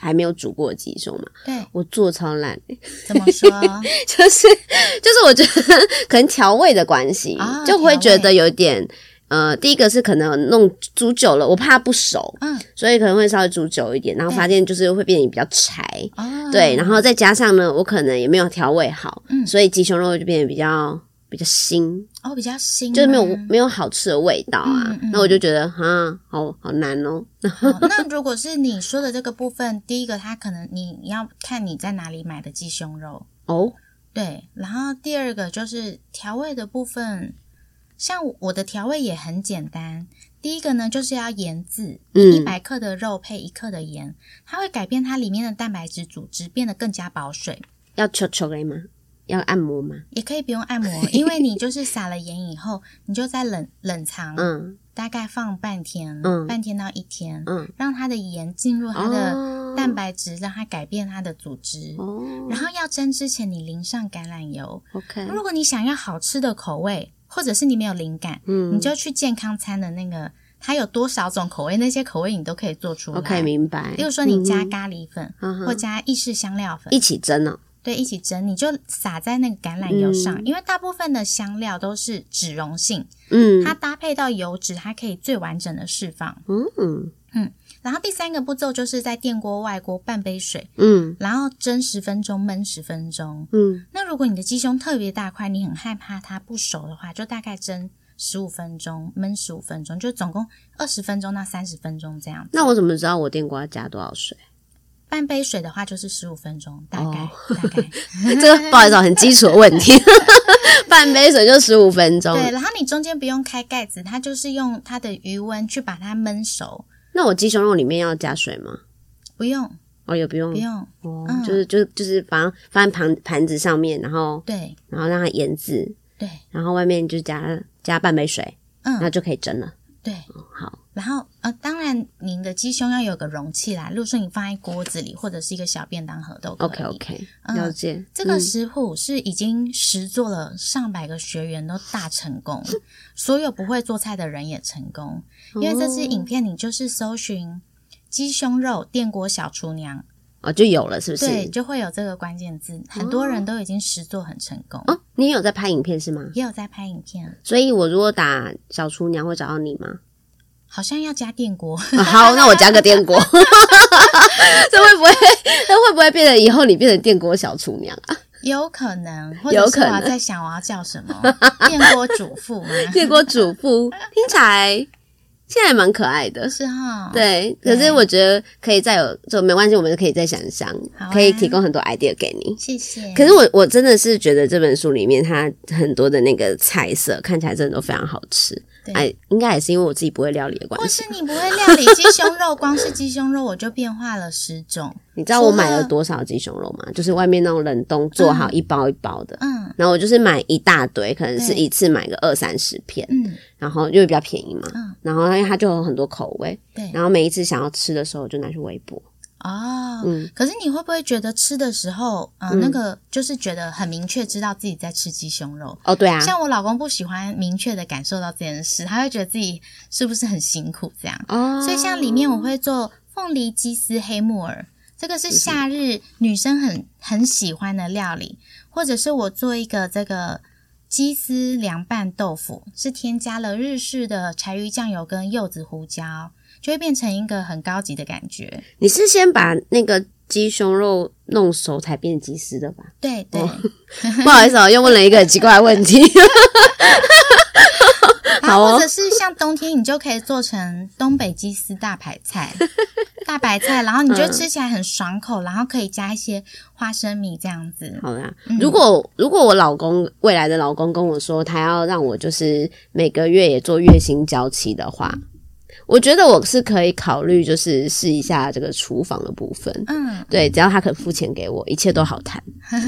Speaker 2: 还没有煮过的鸡胸嘛，
Speaker 3: 对，
Speaker 2: 我做超 烂的，
Speaker 3: 怎么说？
Speaker 2: 就是就是我觉得可能调味的关系，
Speaker 3: 啊
Speaker 2: 就会觉
Speaker 3: 调
Speaker 2: 得
Speaker 3: 味
Speaker 2: 有点呃，第一个是可能弄煮久了，我怕不熟，
Speaker 3: 嗯，
Speaker 2: 所以可能会稍微煮久一点，然后发现就是会变得比较柴，
Speaker 3: 哦，
Speaker 2: 对，然后再加上呢，我可能也没有调味好，
Speaker 3: 嗯
Speaker 2: 所以鸡胸肉就变得比较比较腥，
Speaker 3: 哦，比较新，啊
Speaker 2: 就是没有、没有好吃的味道啊。
Speaker 3: 嗯嗯
Speaker 2: 那我就觉得啊，好好难哦。
Speaker 3: 好那如果是你说的这个部分，第一个它可能你你要看你在哪里买的鸡胸肉，
Speaker 2: 哦，
Speaker 3: 对，然后第二个就是调味的部分，像我的调味也很简单。第一个呢，就是要盐渍，一
Speaker 2: 嗯，
Speaker 3: 百克的肉配一克的盐，它会改变它里面的蛋白质组织，变得更加保水。
Speaker 2: 要搓搓嘞吗？要按摩吗？
Speaker 3: 也可以不用 按摩，因为你就是撒了盐以后，你就在冷冷藏，
Speaker 2: 嗯
Speaker 3: 大概放半天，
Speaker 2: 嗯
Speaker 3: 半天到一天，
Speaker 2: 嗯，
Speaker 3: 让它的盐进入它
Speaker 2: 哦
Speaker 3: 的蛋白质，让它改变它的组织。
Speaker 2: 哦
Speaker 3: 然后要蒸之前，你淋上橄榄油，
Speaker 2: ，OK，
Speaker 3: 如果你想要好吃的口味，或者是你没有灵感，
Speaker 2: 嗯
Speaker 3: 你就去健康餐的那个它有多少种口味，那些口味你都可以做出来。
Speaker 2: OK，明白。
Speaker 3: 比如说你加咖喱粉，
Speaker 2: 嗯哼
Speaker 3: 或加意式香料粉
Speaker 2: 一，起蒸哦，
Speaker 3: 对，一起蒸，你就撒在那个橄榄油上，因为大部分的香料都是脂溶性，
Speaker 2: 嗯，
Speaker 3: 它搭配到油脂，它可以最完整的释放。
Speaker 2: 嗯
Speaker 3: 然后第三个步骤就是在电锅外锅半杯水，
Speaker 2: 嗯
Speaker 3: 然后蒸十分钟，焖十分钟。
Speaker 2: 嗯
Speaker 3: 那如果你的鸡胸特别大块，你很害怕它不熟的话，就大概蒸十五分钟，焖十五分钟，就总共二十分钟到三十分钟这样子。
Speaker 2: 那我怎么知道我电锅要加多少水？
Speaker 3: 半杯水的话就是十五分钟，大概、
Speaker 2: 哦
Speaker 3: 大 概。
Speaker 2: 这个不好意思哦，很基础的问题， 半杯水就十五分钟。
Speaker 3: 对，然后你中间不用开盖子，它就是用它的余温去把它焖熟，
Speaker 2: 那我鸡胸肉里面要加水吗？
Speaker 3: 不用
Speaker 2: 哦，也不用，
Speaker 3: 不用。
Speaker 2: 哦
Speaker 3: 嗯，
Speaker 2: 就是就是就是放放在盘盘子上面，然后
Speaker 3: 对
Speaker 2: 然后让它腌制，
Speaker 3: 对，
Speaker 2: 然后外面就加加半杯水，然后
Speaker 3: 嗯
Speaker 2: 就可以蒸了。
Speaker 3: 对。
Speaker 2: 嗯好，
Speaker 3: 然后呃，当然您的鸡胸要有个容器啦，例如说你放在锅子里或者是一个小便当盒都可以。
Speaker 2: OK OK，
Speaker 3: 嗯
Speaker 2: 了解。
Speaker 3: 这个
Speaker 2: 嗯
Speaker 3: 食谱是已经实做了上百个学员都大成 功，所有不会做菜的人也成功。
Speaker 2: 哦
Speaker 3: 因为这支影片你就是搜寻鸡胸肉电锅小厨娘，
Speaker 2: 哦就有了，是不是？
Speaker 3: 对，就会有这个关键字，很多人都已经实做很成功，
Speaker 2: 哦，你有在拍影片是吗？
Speaker 3: 也有在拍影片，
Speaker 2: 所以我如果打小厨娘会找到你 吗？
Speaker 3: 好像要加电锅，
Speaker 2: 啊好，那我加个 电锅。 这会不会？这会不会变得以后你变成电锅小厨 娘啊？
Speaker 3: 有可能，或
Speaker 2: 有
Speaker 3: 者是
Speaker 2: 可
Speaker 3: 我
Speaker 2: 能
Speaker 3: 要在想我要叫什么，电锅主妇吗？
Speaker 2: 电锅主妇听起来现在也蛮可爱的。
Speaker 3: 是哈，，
Speaker 2: 对，可是
Speaker 3: 对
Speaker 2: 我觉得可以再有，就没关系，我们可以再想一想，
Speaker 3: 好啊
Speaker 2: 可以提供很多 idea 给你。
Speaker 3: 谢谢。
Speaker 2: 可是我我真的是觉得这本书里面它很多的那个菜色看起来真的都非常好吃，
Speaker 3: 对
Speaker 2: 哎，应该也是因为我自己不会料理的
Speaker 3: 或
Speaker 2: 关系
Speaker 3: 是。你不会料理鸡胸肉，光是鸡胸肉我就变化了十种。
Speaker 2: 你知道我买了多少鸡胸肉吗？就是外面那种冷冻做好一包一包的，
Speaker 3: 嗯
Speaker 2: 然后我就是买一大堆，可能是
Speaker 3: 对
Speaker 2: 一次买个二三十片，
Speaker 3: 嗯，
Speaker 2: 然后因为比较便宜嘛，
Speaker 3: 嗯
Speaker 2: 然后因为它就有很多口味，
Speaker 3: 对。
Speaker 2: 然后每一次想要吃的时候我就拿去微波，
Speaker 3: 哦，
Speaker 2: 嗯
Speaker 3: 可是你会不会觉得吃的时候，呃、
Speaker 2: 嗯
Speaker 3: 那个就是觉得很明确知道自己在吃鸡胸肉？
Speaker 2: 哦对啊，
Speaker 3: 像我老公不喜欢明确的感受到这件事，他会觉得自己是不是很辛苦这样。
Speaker 2: 哦，
Speaker 3: 所以像里面我会做凤梨鸡丝黑木耳，这个是夏日女生很很喜欢的料理，或者是我做一个这个鸡丝凉拌豆腐，是添加了日式的柴鱼酱油跟柚子胡椒，就会变成一个很高级的感觉。
Speaker 2: 你是先把那个鸡胸肉弄熟才变鸡丝的吧？
Speaker 3: 对对，
Speaker 2: 不好意思、哦，又问了一个很奇怪的问题。
Speaker 3: 然
Speaker 2: 好
Speaker 3: 后
Speaker 2: 哦
Speaker 3: 或者是像冬天，你就可以做成东北鸡丝大白菜，大白菜，然后你就
Speaker 2: 嗯
Speaker 3: 吃起来很爽口，然后可以加一些花生米这样子。
Speaker 2: 好啦
Speaker 3: 嗯，
Speaker 2: 如果如果我老公未来的老公跟我说他要让我就是每个月也做月薪交期的话，我觉得我是可以考虑就是试一下这个厨房的部分。
Speaker 3: 嗯，
Speaker 2: 对，只要他肯付钱给我，一切都好 谈。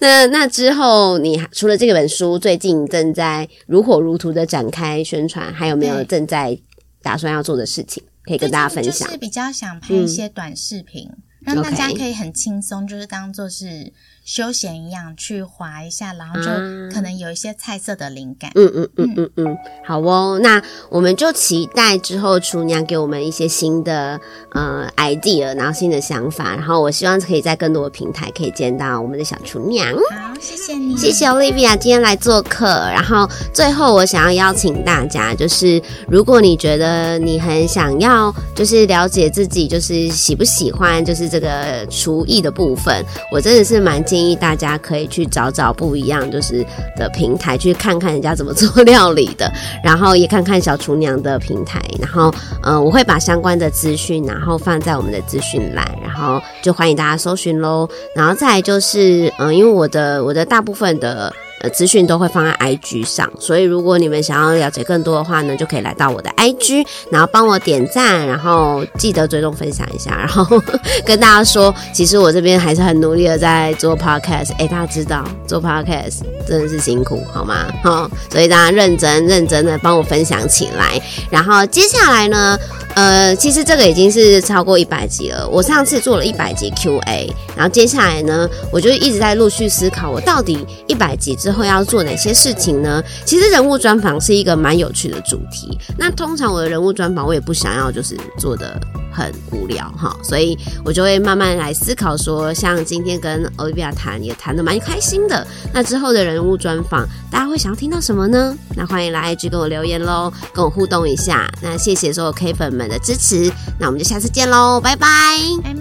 Speaker 2: 那那之后，你还除了这本书，最近正在如火如荼的展开宣传，还有没有
Speaker 3: 对
Speaker 2: 正在打算要做的事情可以跟大家分
Speaker 3: 最近
Speaker 2: 享嗯
Speaker 3: 就是？比较想拍一些短视频，让大家
Speaker 2: OK
Speaker 3: 可以很轻松，就是当做是休闲一样去滑一下，然后就
Speaker 2: 啊
Speaker 3: 可能有一些菜色的灵感。
Speaker 2: 嗯嗯嗯嗯嗯，好哦，那我们就期待之后厨娘给我们一些新的呃 idea，然后新的想法，然后我希望可以在更多的平台可以见到我们的小厨娘。
Speaker 3: 好，谢谢你，
Speaker 2: 谢谢 Olivia 今天来做客。然后最后，我想要邀请大家，就是如果你觉得你很想要，就是了解自己，就是喜不喜欢，就是这个厨艺的部分，我真的是蛮建议大家可以去找找不一样，就是的平台去看看人家怎么做料理的，然后也看看小厨娘的平台。然后，呃，我会把相关的资讯，然后放在我们的资讯栏，然后就欢迎大家搜寻喽。然后再来就是，嗯、因为我的我的大部分的呃资讯都会放在 IG 上，所以如果你们想要了解更多的话呢，就可以来到我的 IG，然后帮我点赞，然后记得追踪分享一下，然后 跟大家说，其实我这边还是很努力的在做 podcast，哎，大家知道做 podcast 真的是辛苦，好吗？好、所以大家认真认真的帮我分享起来，然后接下来呢，嗯、呃，其实这个已经是超过一百集了。我上次做了一百集 Q&A，然后接下来呢，我就一直在陆续思考，我到底一百集之后要做哪些事情呢？其实人物专访是一个蛮有趣的主题。那通常我的人物专访，我也不想要就是做的很无聊哈，所以我就会慢慢来思考说，像今天跟 Olivia 谈也谈的蛮开心的。那之后的人物专访，大家会想要听到什么呢？那欢迎来 IG 跟我留言喽，跟我互动一下。那谢谢所有 K 粉们的支持，那我们就下次见喽，拜拜。
Speaker 3: 拜拜。